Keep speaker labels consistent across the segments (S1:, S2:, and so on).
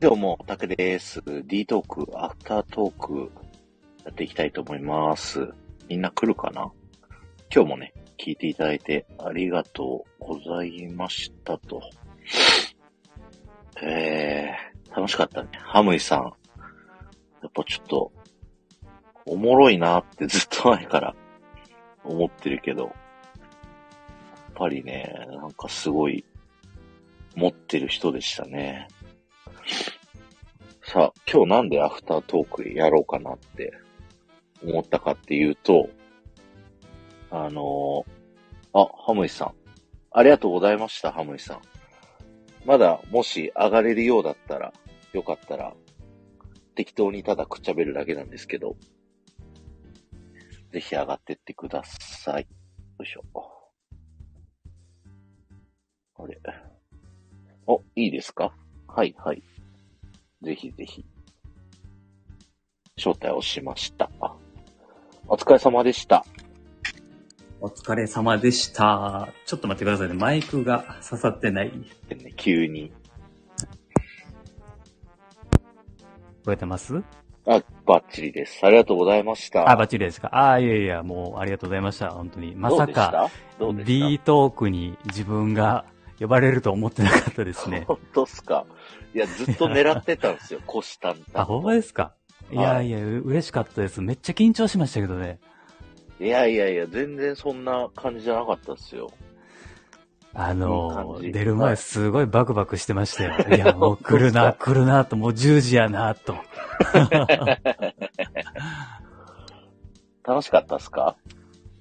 S1: どうも、オタクです。D トーク、アフタートーク、やっていきたいと思います。みんな来るかな今日もね、聞いていただいてありがとうございましたと。えー、楽しかったね。ハムイさん。やっぱちょっと、おもろいなってずっと前から思ってるけど、やっぱりね、なんかすごい、持ってる人でしたね。さあ、今日なんでアフタートークやろうかなって思ったかっていうと、あのーあ、ハムイさん。ありがとうございました、ハムイさん。まだ、もし上がれるようだったら、よかったら、適当にただくっちゃべるだけなんですけど、ぜひ上がってってください。よいしょ。あれ。お、いいですかはい、はい。ぜひぜひ。招待をしました。あお疲れ様でした。
S2: お疲れ様でした。ちょっと待ってくださいね。マイクが刺さってない。聞
S1: でね、急に。
S2: こえてます
S1: あ、バッチリです。ありがとうございました。
S2: あ、バッチリですかああ、いやいや、もうありがとうございました。本当に。まさか、
S1: どうでしたどうで
S2: D
S1: し
S2: トークに自分が呼ばれると思ってなかったです
S1: た
S2: ね。
S1: 本当っすか。いや、ずっと狙ってたん ですよ。虎視眈
S2: あ、ほんま
S1: 々。
S2: ですかいやいや、う嬉しかったです。めっちゃ緊張しましたけどね。
S1: いやいやいや、全然そんな感じじゃなかったですよ。
S2: あ
S1: いい
S2: の
S1: 感じ
S2: 出る
S1: は
S2: 前
S1: い
S2: すごいバクバクして ましたよ。いや、もう来るな、来るな、と、もう10時やな、と。
S1: 楽しかったっすか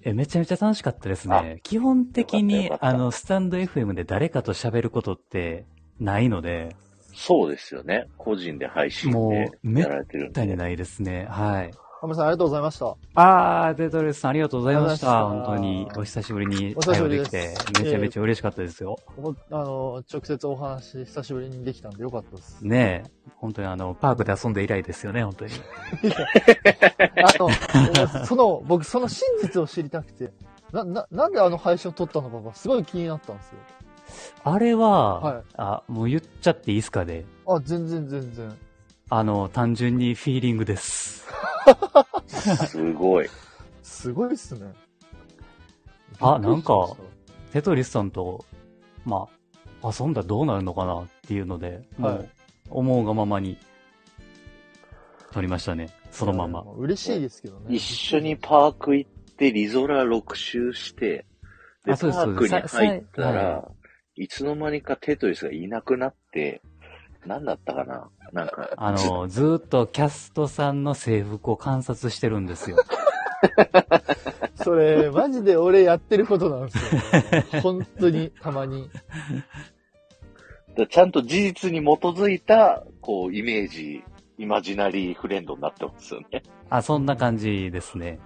S2: え、めちゃめちゃ楽しかったですね。基本的
S1: よ
S2: に
S1: かっ、たよかっ
S2: あ
S1: た
S2: の、スタンド FM で誰かと喋ることってないので、
S1: そうですよね。個人で配信
S2: も
S1: で
S2: うめ
S1: やられてるん
S2: 絶対に
S1: で。
S2: ないですね。はい。
S3: ハムさん、ありがとうございました。
S2: あー、デトレスさんありがとうございました。
S3: あり
S2: 本
S3: がと
S2: 当
S3: うございました
S2: に、お久しぶりに
S3: お久
S2: 対
S3: し
S2: 応
S3: ぶり
S2: で
S3: で
S2: き
S3: す
S2: て、めちゃめちゃ嬉しかったですよ。
S3: おあの、直接お話、久しぶりにできたんでよかったです。
S2: ねえ、本当にあの、パークで遊んで以来ですよね、本当に。
S3: あと、 その、僕、その真実を知りたくて、な、な、なんであの配信を撮ったのかがすごい気になったんですよ。
S2: あれは、
S3: はい
S2: あ、もう言っちゃっていいですかね。
S3: あ、全然全然。
S2: あの、単純にフィーリングです。
S1: すごい。
S3: すごいっすね。
S2: あ
S3: びっくりしました
S2: テトリスさんと、まあ、遊んだらどうなるのかなっていうので、も
S3: は
S2: う
S3: い
S2: 思うがままに、撮りましたね。そのまま。
S3: もう嬉しいですけどね。
S1: 一緒にパーク行って、リゾラ6周して、で、
S2: あ
S1: パ
S2: そうです
S1: ークに
S2: そうですさ
S1: 入った
S2: さ
S1: ら、いつの間にかテトリスがいなくなって、何だったかななんか、
S2: あの、ずーっとキャストさんの制服を観察してるんですよ。
S3: それ、マジで俺やってることなんです よ。本当に、たまに。
S1: でちゃんと事実に基づいた、こう、イメージ、イマジナリーフレンドになってますよ ね。
S2: あ、そんな感じですね。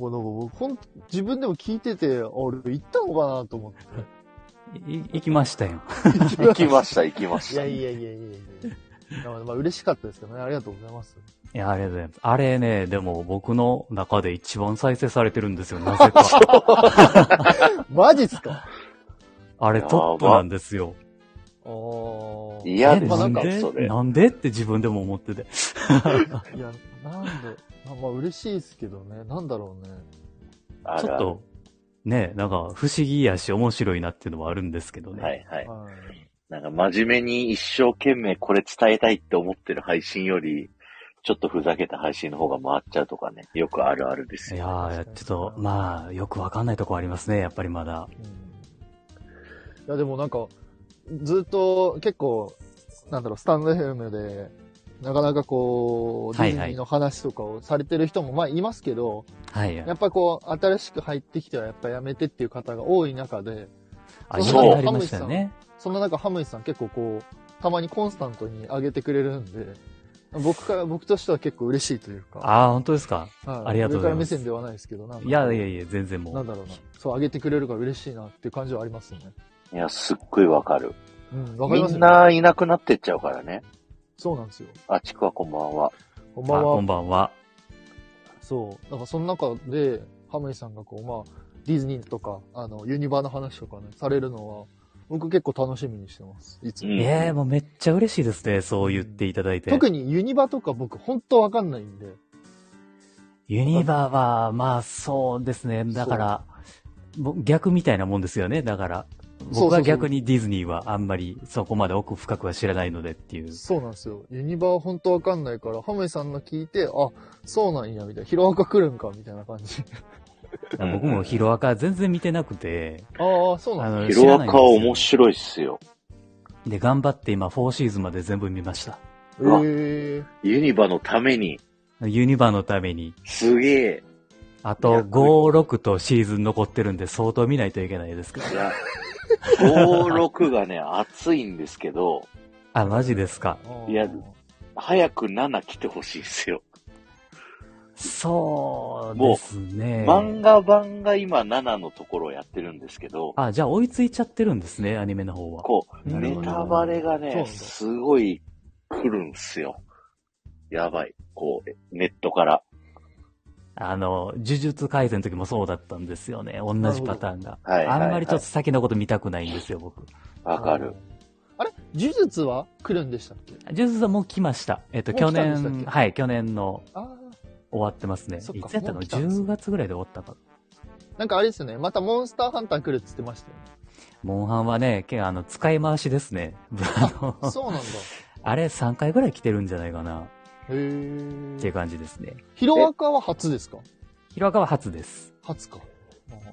S3: もうなんか僕、ほん、自分でも聞いてて、あ俺行ったのかなと思って。
S2: い、行きましたよ。
S1: 行きました、行きまし
S3: い
S1: た
S3: や。いやいやいやいや。まあ、まあ、嬉しかったですけどね。ありがとうございます。
S2: いや、ありがとうございます。あれね、でも僕の中で一番再生されてるんですよ、なぜか。
S3: マジっすか
S2: あれトップなんですよ。
S3: おー。
S1: いや、
S2: え
S1: で
S3: まあ
S1: す
S2: なん
S3: ん
S1: か
S3: か、
S2: で
S1: それ。
S2: なんでって自分でも思ってて。
S3: いや、なんで、まあ、まあ、嬉しいですけどね。なんだろうね。
S1: あ
S2: ちょっ
S1: ら、
S2: と、ね、なんか不思議やし面白いなっていうのもあるんですけどね。
S1: はいはい。
S3: はい。
S1: なんか真面目に一生懸命これ伝えたいって思ってる配信より、ちょっとふざけた配信の方が回っちゃうとかね、よくあるあるです
S2: い
S1: よ。
S2: やー、ちょっと、まあ、よくわかんないとこありますね、やっぱりまだ。
S3: うん、いや、でもなんか、ずっと結構、なんだろう、スタンド FM で、なかなかこう、
S2: は
S3: デ
S2: い
S3: ィ
S2: はい
S3: ズニーの話とかをされてる人も、まあ、いますけど、
S2: はい。
S3: やっぱこう、新しく入ってきては、やっぱやめてっていう方が多い中で、
S2: あ、い
S1: そう
S2: ろいろありましたよね。
S3: そんな中、ハムイさん結構こう、たまにコンスタントに上げてくれるんで、僕から、僕としては結構嬉しいというか、
S2: あー、本当ですか。
S3: はい
S2: ありがとうございます
S3: 上から目線ではないですけど、なんか
S2: いやいやいや、全然も
S3: なん
S2: う。
S3: だろうな。そう、上げてくれるから嬉しいなっていう感じはありますよね。
S1: いや、すっごいわかる。
S3: うん、わかり
S1: み
S3: ます
S1: ん
S3: よ
S1: ないなくなってっちゃうからね。
S3: そうなんですよ。
S1: あ、ちくわこんばんは。
S3: こん
S2: あ、
S3: ばんは。
S2: こんばんは。
S3: そう。だからその中で、ハムイさんがこう、まあ、ディズニーとか、あの、ユニバーの話とかね、されるのは、僕結構楽しみにしてます。いつも。
S1: うん
S2: ええもうめっちゃ嬉しいですね。そう言っていただいて。
S3: 特にユニバとか僕本当わかんないんで。
S2: ユニバは、まあそうですね。だから、ぼ逆みたいなもんですよね。だから、
S3: そう
S2: 僕
S3: そうそ
S2: は
S3: う
S2: 逆にディズニーはあんまりそこまで奥深くは知らないのでっていう。
S3: そうなんですよ。ユニバは本当わかんないから、ハムイさんの聞いて、あ、そうなんや、みたいな。ヒロアカ来るんか、みたいな感じ。
S1: うん
S2: 僕もヒロアカ全然見てなくて、
S3: ああ、そうなんだ。
S2: の
S1: ヒロアカは面
S2: 知
S1: 白いっすよ。
S2: らないんですよで、頑張って今4シーズンまで全部見ました。
S3: え
S1: の
S3: ー、
S1: ユニバのために、
S2: ユニバのために。
S1: すげえ。い
S2: あ
S1: や
S2: と5、6とシーズン残ってるんで相当見ないといけないですけど
S1: い。 や、5、6がね、熱いんですけど、
S2: あ、マジですか。
S3: あー
S1: いや早く7来てほしいっすよ。
S2: そうですね。
S1: 漫画版が今7のところをやってるんですけど、
S2: あ、じゃあ追いついちゃってるんですね、アニメの方は。
S1: こう、
S2: なる
S1: ネ
S2: ほど
S1: タバレが
S3: そうな
S1: ね、
S3: んだ
S1: すごい来るんすよ。やばい。こう、ネットから。
S2: あの、呪術改戦の時もそうだったんですよね。同じパターンが。
S1: はい。
S2: あんまりちょっ
S1: と
S2: と。先のこと見たくないんですよ、僕。
S1: わかる。。
S3: あれ呪術は来るんでしたっけ
S2: 呪術はもう来ました。えっと、
S3: もう
S2: 去
S3: 来たんでしたっけ
S2: 年、はい、去年の
S3: ああ。
S2: 終わってますね。いつ
S3: そっか
S2: やったの
S3: もう来たんです
S2: ?10 月ぐらいで終わったか。
S3: なんかあれですよね。またモンスターハンター来るって言ってましたよね。
S2: モンハンはね、けあの、使い回しですね。 あ の、
S3: そうなんだ。
S2: あれ3回ぐらい来てるんじゃないかな、
S3: へ
S2: っていう
S3: ー。
S2: 感じですね。
S3: ヒロアカは初ですか
S2: ヒロアカは初です。
S3: 初か。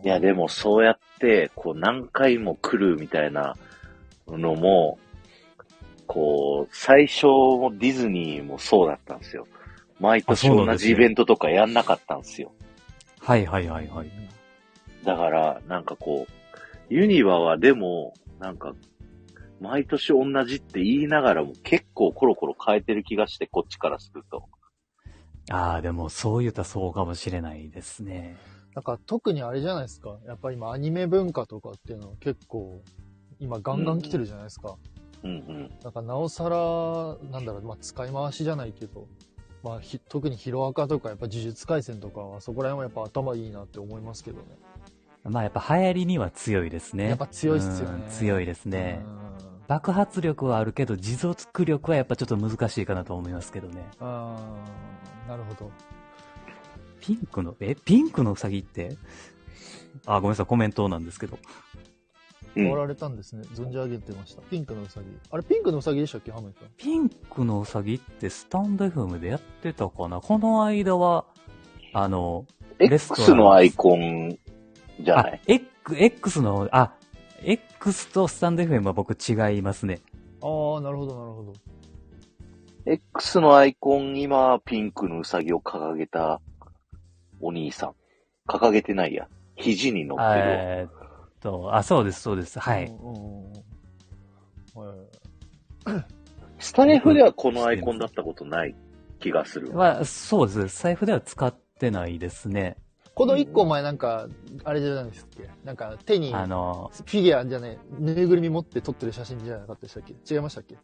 S1: いや、でもそうやって、こう、何回も来るみたいなのも、こう、最初もディズニーもそうだったんですよ。毎
S2: あ
S1: 年
S2: そうなん
S1: 同
S2: です
S1: じ
S2: ね
S1: イベントとかやんなかったんですよ。
S2: はいはいはいはい。
S1: だから、なんかこう、ユニバはでも、なんか、毎年同じって言いながらも結構コロコロ変えてる気がして、こっちからすると。
S2: ああ、でもそう言ったらそうかもしれないですね。
S3: なんか特にあれじゃないですか。やっぱ今アニメ文化とかっていうのは結構、今ガンガン来てるじゃないですか。
S1: うんうん。
S3: なんかなおさら、なんだろう、まあ使い回しじゃないけど、まあひ特にヒロアカとかやっぱ呪術廻戦とかはそこら辺はやっぱ頭いいなって思いますけどね。
S2: まあやっぱ流行りには強いですね。
S3: やっぱ強いっすよね
S2: うん強いですね
S3: う。ん
S2: 爆発力はあるけど、持続力はやっぱちょっと難しいかなと思いますけどね。
S3: あーなるほど。
S2: ピンクの、え、ピンクのウサギってあ、ごめんなさい、コメントなんですけど。
S1: う
S3: 終わ
S1: ん、
S3: られたんですね。存じ上げてました。ピンクのウサギ。あれ、ピンクのウサギでしたっけハムさん。
S2: ピンクのウサギってスタンド FM でやってたかなこの間は、あの、レストラン
S1: X のアイコンじゃな
S2: あ
S1: い、
S2: X X の、あ、X とスタンド FM は僕違いますね。
S3: ああ、なるほど、なるほど。
S1: ?X のアイコン、今、ピンクのウサギを掲げたお兄さん。掲げてないや。肘に乗ってるわ。
S2: えーっと、あ、そうです、そうです。は
S3: う
S2: い。
S3: んうんうんうん。はい
S1: スタイフではこのアイコンだったことない気がする。
S2: は、そうです。財布では使ってないですね。
S3: この一個前なんか、あれじゃないですっけなんか手に、フ
S2: あの、
S3: ィギュアじゃねえ、ぬいぐるみ持って撮ってる写真じゃなかったでしたっけ違いましたっけ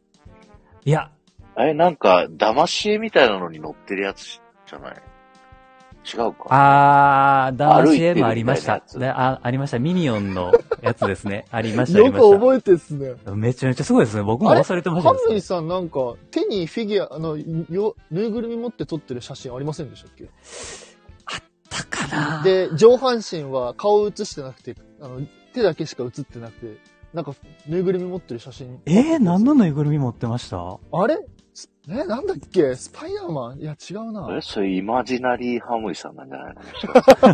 S2: いや、
S1: あれ、なんか、騙し絵みたいなのに乗ってるやつじゃない違うか。
S2: あー、ダンシエもありまし
S1: 歩い
S2: た
S1: て。るみたいな
S2: であありました。ミニオンのやつですね。ありました、あ
S3: よ
S2: り
S3: く
S2: まし
S3: 覚えてっすね。
S2: た。めちゃめちゃすごいですね。僕も忘れてました
S3: ハ
S2: ね。
S3: ムイさんなんか、手にフィギュア、あの、よ、ぬいぐるみ持って撮ってる写真ありませんでしたっけ
S2: だかな
S3: で、上半身は顔写してなくて、あの、手だけしか写ってなくて、なんか、ぬいぐるみ持ってる写真。
S2: えー、何のぬいぐるみ持ってました
S3: あれすえ、なんだっけスパイダーマンいや、違う
S1: あれ
S3: な。
S1: それイマジナリーハムイさんなんじゃないの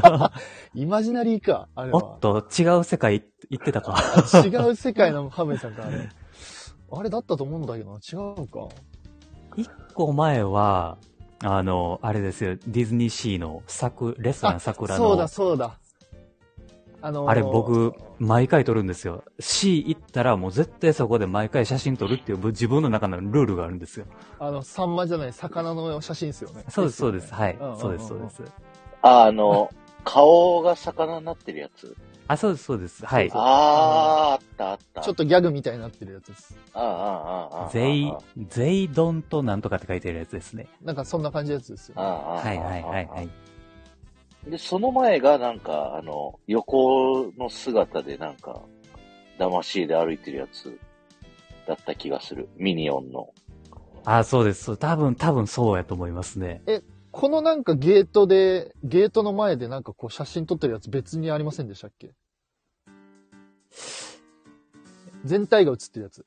S3: イマジナリーか、あれ
S2: お
S3: は
S2: っ。と、違う世界行ってたか。
S3: あ違う世界のハムイさんか、あれ。 あれだったと思うんだけどな。違うか。
S2: 一個前は、あの、あれですよ、ディズニーシーの桜、レストラン桜の。
S3: そうだ、そうだ。あのー
S2: あれ僕、毎回撮るんですよ。C 行ったらもう絶対そこで毎回写真撮るっていう自分の中のルールがあるんですよ。
S3: あの、サンマじゃない、魚の写真ですよね。
S2: そうです、そうです。
S3: よね
S2: はい
S3: うんうんうんう。ん
S2: そうです、そうです。
S1: あ、あの、顔が魚になってるやつ。
S2: あ、そうです、そうです。はい。
S1: あー、あったあった。
S3: ちょっとギャグみたいになってるやつです。
S1: あー、あー、あーあー、あー
S2: ゼイ、ゼイドンとなんとかって書いてるやつですね。
S3: なんかそんな感じのやつですよ
S1: あ
S3: ね。
S1: ーあー、
S2: はい、はい、はい、
S1: あ
S2: はい。
S1: ーで、その前がなんか、あの、横の姿でなんか、騙し絵で歩いてるやつだった気がする。ミニオンの。
S2: あ、そうです。そう多分、多分そうやと思いますね。
S3: このなんかゲートで、ゲートの前でなんかこう写真撮ってるやつ別にありませんでしたっけ全体が写ってるやつ。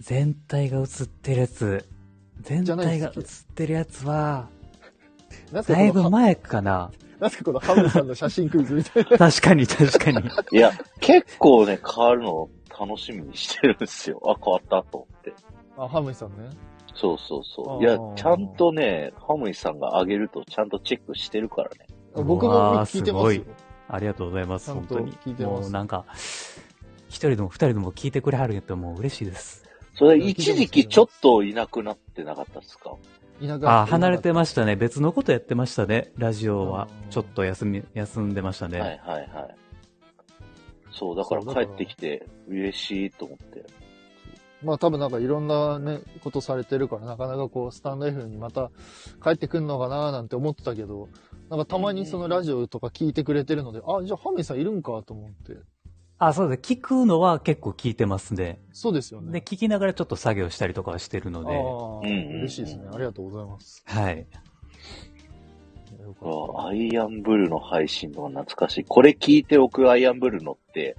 S2: 全体が映ってるやつ、全
S3: じゃな
S2: 体
S3: いで
S2: が
S3: す
S2: 映
S3: っけ
S2: ってるやつは、
S3: なんすか
S2: だい
S3: こ
S2: ぶ
S3: の、
S2: 前か な。
S3: なんすかこのハムさんの写真クイズ みたいな。
S2: 確かに、確かに。
S1: いや、結構ね、変わるのを楽しみにしてるんですよ。あ、変わったと思って。
S3: あ、ハムさんね。
S1: そうそうそう。
S3: あー
S1: いや、ちゃんとね、ハムイさんが上げるとちゃんとチェックしてるからね。
S3: 僕
S2: う
S3: も
S2: わー
S3: 聞いてますよ
S2: す。ありがとうございます、
S3: ちゃん
S2: 本
S3: と
S2: 当に
S3: 聞い。てます
S2: もうなんか、一人でも二人でも聞いてくれはるんやったらもう嬉しいです。
S1: それ、一時期ちょっといなくなってなかったですか
S3: 田舎
S2: あ、離れてましたね。別のことやってましたね、ラジオは
S3: う。ん
S2: ちょっと休み、休んでましたね。
S1: はいはいはい。そう、だから
S3: そうだから
S1: 帰ってきて嬉しいと思って。
S3: まあ多分なんかいろんなね、ことされてるから、なかなかこう、スタンド F にまた帰ってくんのかなーなんて思ってたけど、なんかたまにそのラジオとか聞いてくれてるので、あ、じゃあハムさんいるんかと思って。
S2: あ、そうです。聞くのは結構聞いてますね。
S3: そうですよ
S2: で、
S3: ね。
S2: 聞きながらちょっと作業したりとかはしてるの
S3: ああ
S2: で。
S3: ー、
S1: うんうん
S3: 嬉しいですね。ありがとうございます。
S2: はい。
S3: いやよかった
S1: あアイアンブルーの配信の懐かしい。これ聞いておくアイアンブルーのって、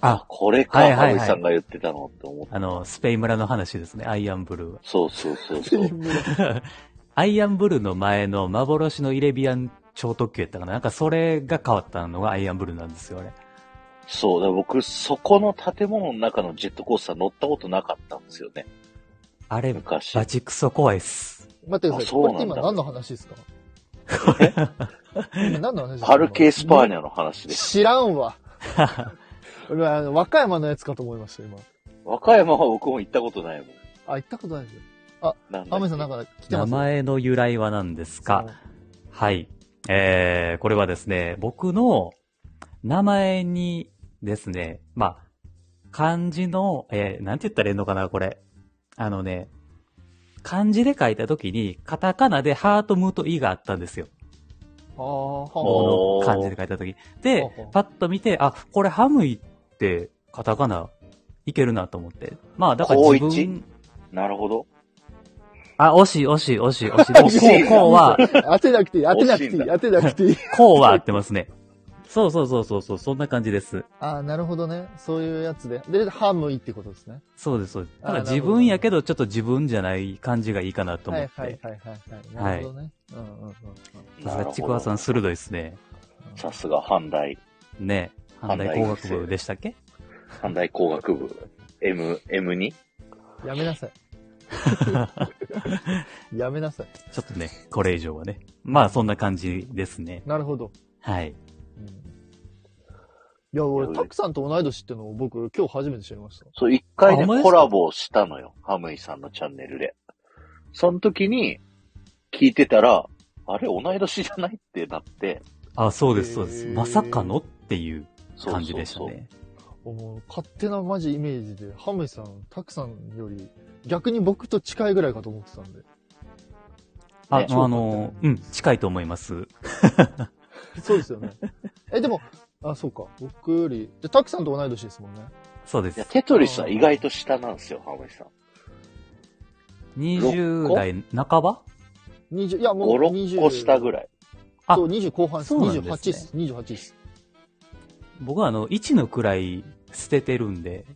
S2: あ、
S1: これか、
S2: は
S1: ハ
S2: い
S1: ム
S2: はいはい
S1: イさんが言ってたのって思った。
S2: あの、スペイン村の話ですね。アイアンブルーは。
S1: そうそうそうそう。
S2: アイアンブルーの前の幻のイレビアン超特急やったかな。なんかそれが変わったのがアイアンブルーなんですよ、あれ。
S1: そう、だから僕、そこの建物の中のジェットコースター乗ったことなかったんですよね、
S2: あれ、
S1: 昔。
S2: バチクソ怖いっす。
S3: 待ってくだ
S1: あ
S3: さい。
S1: そう
S3: こ
S1: なん
S3: れっ
S1: だ
S3: て今何の話ですか今何の話ですか
S1: パルケ・スパーニャの話です。
S3: 知らんわ。 俺はあの和歌山のやつかと思いました、今。
S1: 和歌山は僕も行ったことないもん。
S3: あ、行ったことないですよ。
S1: なんだ
S3: ハ
S1: っけ
S3: ムさんなんか来て
S2: 名
S3: ます
S2: 前の由来は何ですかはい。えー、これはですね、僕の名前にですね、まあ、漢字の、えー、なんて言ったらいいのかな、これ。あのね、漢字で書いた時に、カタカナでハートムーとイがあったんですよ。
S3: ああ、ハム
S1: お
S2: こ
S1: ー
S2: の漢字で書いた時。
S3: ほう
S2: で
S3: ほう、
S2: パッと見て、あ、これハムイってカタカナいけるなと思って。まあ、だから自
S1: 高一
S2: 分、
S1: なるほど。
S2: あ、惜しい惜しい惜しい惜しい。でも
S1: 惜しい
S2: こう、こうは、
S3: 当てなくていい、当てなくてい
S1: 惜し
S3: い、
S1: いんだ
S3: 当てなくていい。
S2: こうは合ってますね。そうそうそうそうそう、そんな感じです。
S3: ああ、なるほどね。そういうやつで。で、ハムイってことですね。
S2: そうです、そうです。
S3: あ
S2: だから
S3: なる
S2: 自
S3: ほど
S2: 分やけど、ちょっと自分じゃない感じがいいかなと思って。
S3: はいはいはいはい。はい、なるほどね。うんうんうんうん。
S2: さすがちくわさ
S1: な
S2: ん
S1: る
S2: 鋭いですね。
S1: ほどさすが、阪大、
S2: ね。
S1: 阪大
S2: 阪大工学部でしたっけ
S1: 阪大工学部、M、M2?
S3: やめなさい。やめなさい。
S2: ちょっとね、これ以上はね。まあ、そんな感じですね。
S3: なるほど。
S2: はい。
S3: うん、いや、俺、タクさんと同い年ってのを僕、今日初めて知りました。
S1: そう、一回
S2: あほんまで
S1: ね、
S2: すか
S1: コラボをしたのよ。ハムイさんのチャンネルで。その時に、聞いてたら、あれ、同い年じゃないってなって、
S2: あ、そうです、そうで
S3: へ
S2: す。
S3: ー
S2: まさかのっていう
S1: そうそうそう
S2: 感じでしたね。
S3: もう、勝手なマジイメージで、ハムイさん、タクさんより、逆に僕と近いぐらいかと思ってたんで。
S2: あ、
S1: ね
S2: あの、うん、近いと思います。
S3: そうですよ ね。え、でも、あ、そうか。僕より、じゃあタクさんと同い年ですもんね。
S2: そうで
S1: い
S2: す
S1: や、。テトリスは意外と下なんですよ、ハムイさん。六
S2: 20
S1: 個
S2: 代半ば
S3: 20、いや、もう
S1: 5、
S3: 20。
S1: 6個下ぐらい。
S2: あ
S3: そう、20後半です。
S2: そうなんですね
S3: 28です。28です。
S2: 僕はあの、1の位捨ててるんで、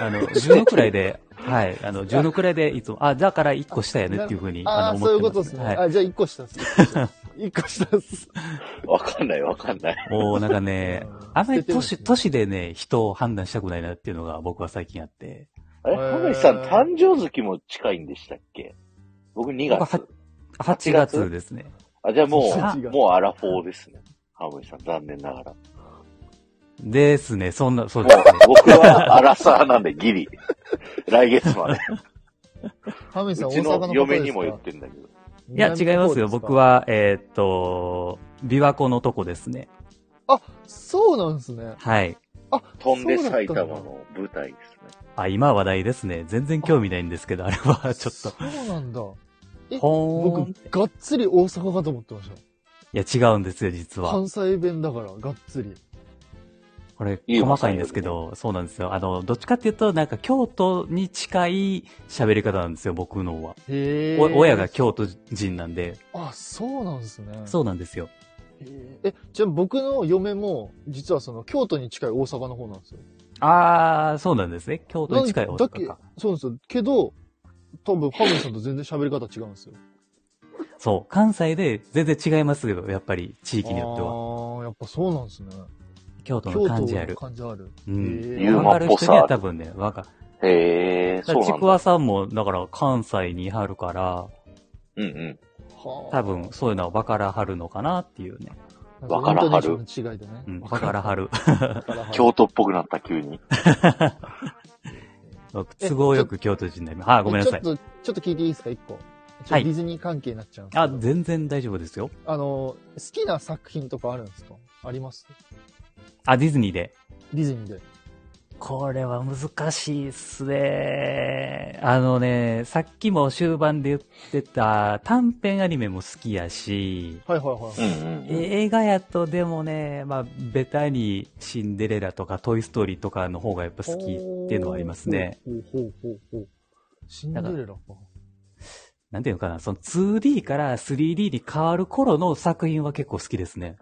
S2: あの、10の位で、はい、あの、10の位でいつも、あ、だから1個下やねっていうふうに、
S3: あ
S2: あ
S3: あ、
S2: の、
S3: そう
S2: 思
S3: い
S2: っ
S3: う
S2: てま
S3: ことですね。
S2: はい。
S3: あ、じゃあ1個下です。1個下 です。
S1: わかんない、わかんない。
S2: もうなんかね
S3: うん、
S2: あんまり都
S3: 捨
S2: 市、
S3: ててるんですね
S2: 都市でね、人を判断したくないなっていうのが僕は最近あって、
S1: あれ、
S3: えー
S1: ハムイさん、誕生月も近いんでしたっけ僕2
S2: 僕は
S1: 月。
S2: 8月ですね。
S1: あ、じゃあも
S3: 8
S1: う、
S3: 月
S1: もうアラフォーですね。ハムイさん、残念ながら。
S2: ですね、そんな、そうですね。
S1: 僕はアラサーなんで、ギリ。来月まで。
S3: ハムイさ
S1: う
S3: ん、大
S1: ち
S3: 阪の方です
S1: の
S3: か
S1: 嫁にも言ってんだけど。
S2: いや、違いますよ。僕。は、えーっと、琵琶湖のとこですね。
S3: 南の方ですかそうなんですね。
S2: はい。
S3: あ、
S1: 飛んで
S3: そうだっ
S1: 埼
S3: た
S1: 玉
S3: だ
S1: の舞台ですね。
S2: あ、今話題ですね。全然興味ないんですけど、あれ はちょっと。
S3: そうなんだ。え
S2: ほーん
S3: 僕、がっつり大阪かと思ってました。
S2: いや、違うんですよ、実は。
S3: 関西弁だから、がっつり。
S2: これ
S1: いいお話
S2: 細かいんですけど、そうなんですよ。あの、どっちかっていうと、なんか京都に近い喋り方なんですよ、僕のは。
S3: へ
S2: お親が京都人なんで、
S3: あ、そうなんですね。
S2: そうなんですよ。
S3: へーえ、じゃあ僕の嫁も、実はその、京都に近い大阪の方なんですよ。
S2: あー、そうなんですね。京都に近い大
S3: だけ
S2: 阪か。
S3: そうなんですよ。けど、多分、ハムさんと全然喋り方違うんですよ。
S2: そう。関西で全然違いますけど、やっぱり地域によっては。
S3: ああ、やっぱそうなんですね。
S2: 京都
S3: 京
S2: の
S3: 都
S2: 感じあ
S3: の
S2: る。
S3: 感じある。
S2: う
S3: へ
S2: ん。
S1: ユ
S3: ー
S1: ー
S2: わ
S1: モ
S2: か
S1: ア
S2: る
S1: っぽ
S2: 人
S1: さ
S2: に
S1: あ
S2: は
S1: る
S2: 多分ね、わか
S1: へえ、
S2: だか
S1: そ
S2: ら
S1: うな
S2: ち
S1: ん
S2: く
S1: だ。
S2: わさんも、だから関西にいはるから、
S1: うんうん。
S3: はあ
S2: 多分そういうのは分からはるのかなっていうね。
S3: なん
S1: わからはる
S3: イントネーションの違いでね。
S2: うん、分からはる。
S3: わからはる。
S1: 京都っぽくなった、急に。
S2: 僕 都合よく京都人になります。あ、ごめんなさい
S3: ち。ょっと、ちょっと聞いていいですか、一個。ちょ
S2: は
S3: っ
S2: い
S3: とディズニー関係になっちゃうんですけど
S2: あ、全然大丈夫ですよ。
S3: あの、好きな作品とかあるんですかあります
S2: あ、ディズニーで。
S3: ディズニーで。
S2: これは難しいっすね。あのね、さっきも終盤で言ってた短編アニメも好きやし、
S3: はいはいはい。
S1: うんうんうん。
S2: 映画やとでもね、まあ、ベタにシンデレラとかトイストーリーとかの方がやっぱ好きっていうのはありますね。
S3: ほうほうほうほう。シンデレラか。
S2: なんていうのかな、その 2D から 3D に変わる頃の作品は結構好きですね。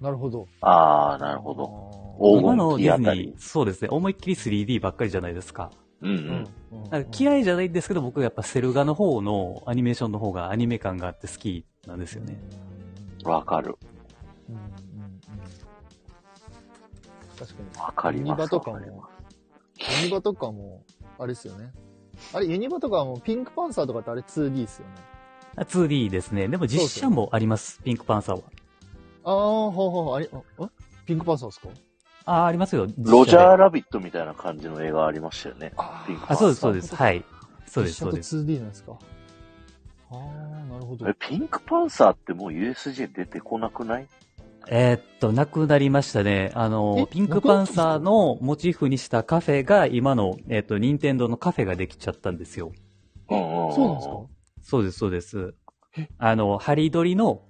S3: なるほど。
S1: ああ、なるほど。
S3: ど
S1: 黄
S2: 今
S1: 金
S2: のデ
S1: 期
S2: ィ
S1: あ
S2: ズ
S1: たり
S2: ニー、。そうですね、思いっきり 3D ばっかりじゃないですか。
S1: うんう。
S3: うん
S2: なんか嫌
S3: い
S2: いじゃないんですけど、僕はやっぱセル画の方のアニメーションの方がアニメ感があって好きなんですよね。。
S1: わかる。
S3: うんうんうん確かに。
S1: わかり
S3: ユニ
S1: ま
S3: バ
S1: す。
S3: とか
S1: わ
S3: も
S1: かりま、
S3: ユニバとかも、あれですよね。あれ、ユニバとかもピンクパンサーとかってあれ 2D ですよね。
S2: あ 2D ですね。でも実写もあります、ピンクパンサーは。
S3: ああ、ほうほう、あれ、ああピンクパンサーですか
S2: あー、ありますよ。実写
S1: す
S2: で
S1: ロジャーラビットみたいな感じの映画ありましたよね。
S3: あ。
S1: ピンクパ
S2: あ、
S1: ンサー
S2: そうです、そうです。はいい。そうです、そうです。
S3: す。2D なんですか。ああ、なるほど。
S1: えピンクパンサーってもう USJ 出てこなくない
S2: えーっと、なくなりましたね。あの
S3: え、
S2: ピンクパンサーのモチーフにしたカフェが、今の、えーっと、任天堂のカフェができちゃったんですよ。
S1: うんうん。
S3: そうなんですか
S2: そうです、そうです。あの、ハリドリの、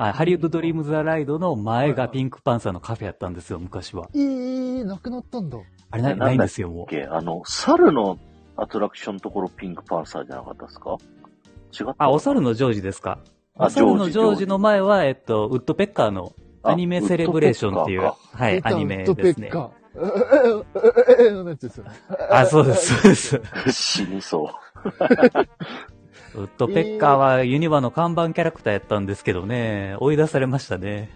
S2: あハリウッドドリームザライドの前がピンクパンサーのカフェやったんですよ、昔は。
S3: ええー、なくなったんだ。
S2: あれな、
S1: なんだ
S2: ないんですよ、もう。
S1: OK あの、猿のアトラクションのところピンクパンサーじゃなかったですか違った
S2: あ、お猿のジョージですか。
S1: あ
S2: お猿の
S1: ジ
S2: ジ
S1: ョージ
S2: ョージの前は、えっと、ウッドペッカーのアニメセレブレーションっていう、
S1: あウッドペッ
S2: はい
S3: 出、た
S2: アニメですね
S3: ウ。ッドペッカー。ええええええええのやつですよね。
S2: あ、そうです、そうです。
S1: カーか 死にそう。
S2: ウッドペッカーはユニバの看板キャラクターやったんですけどね、追い出されましたね。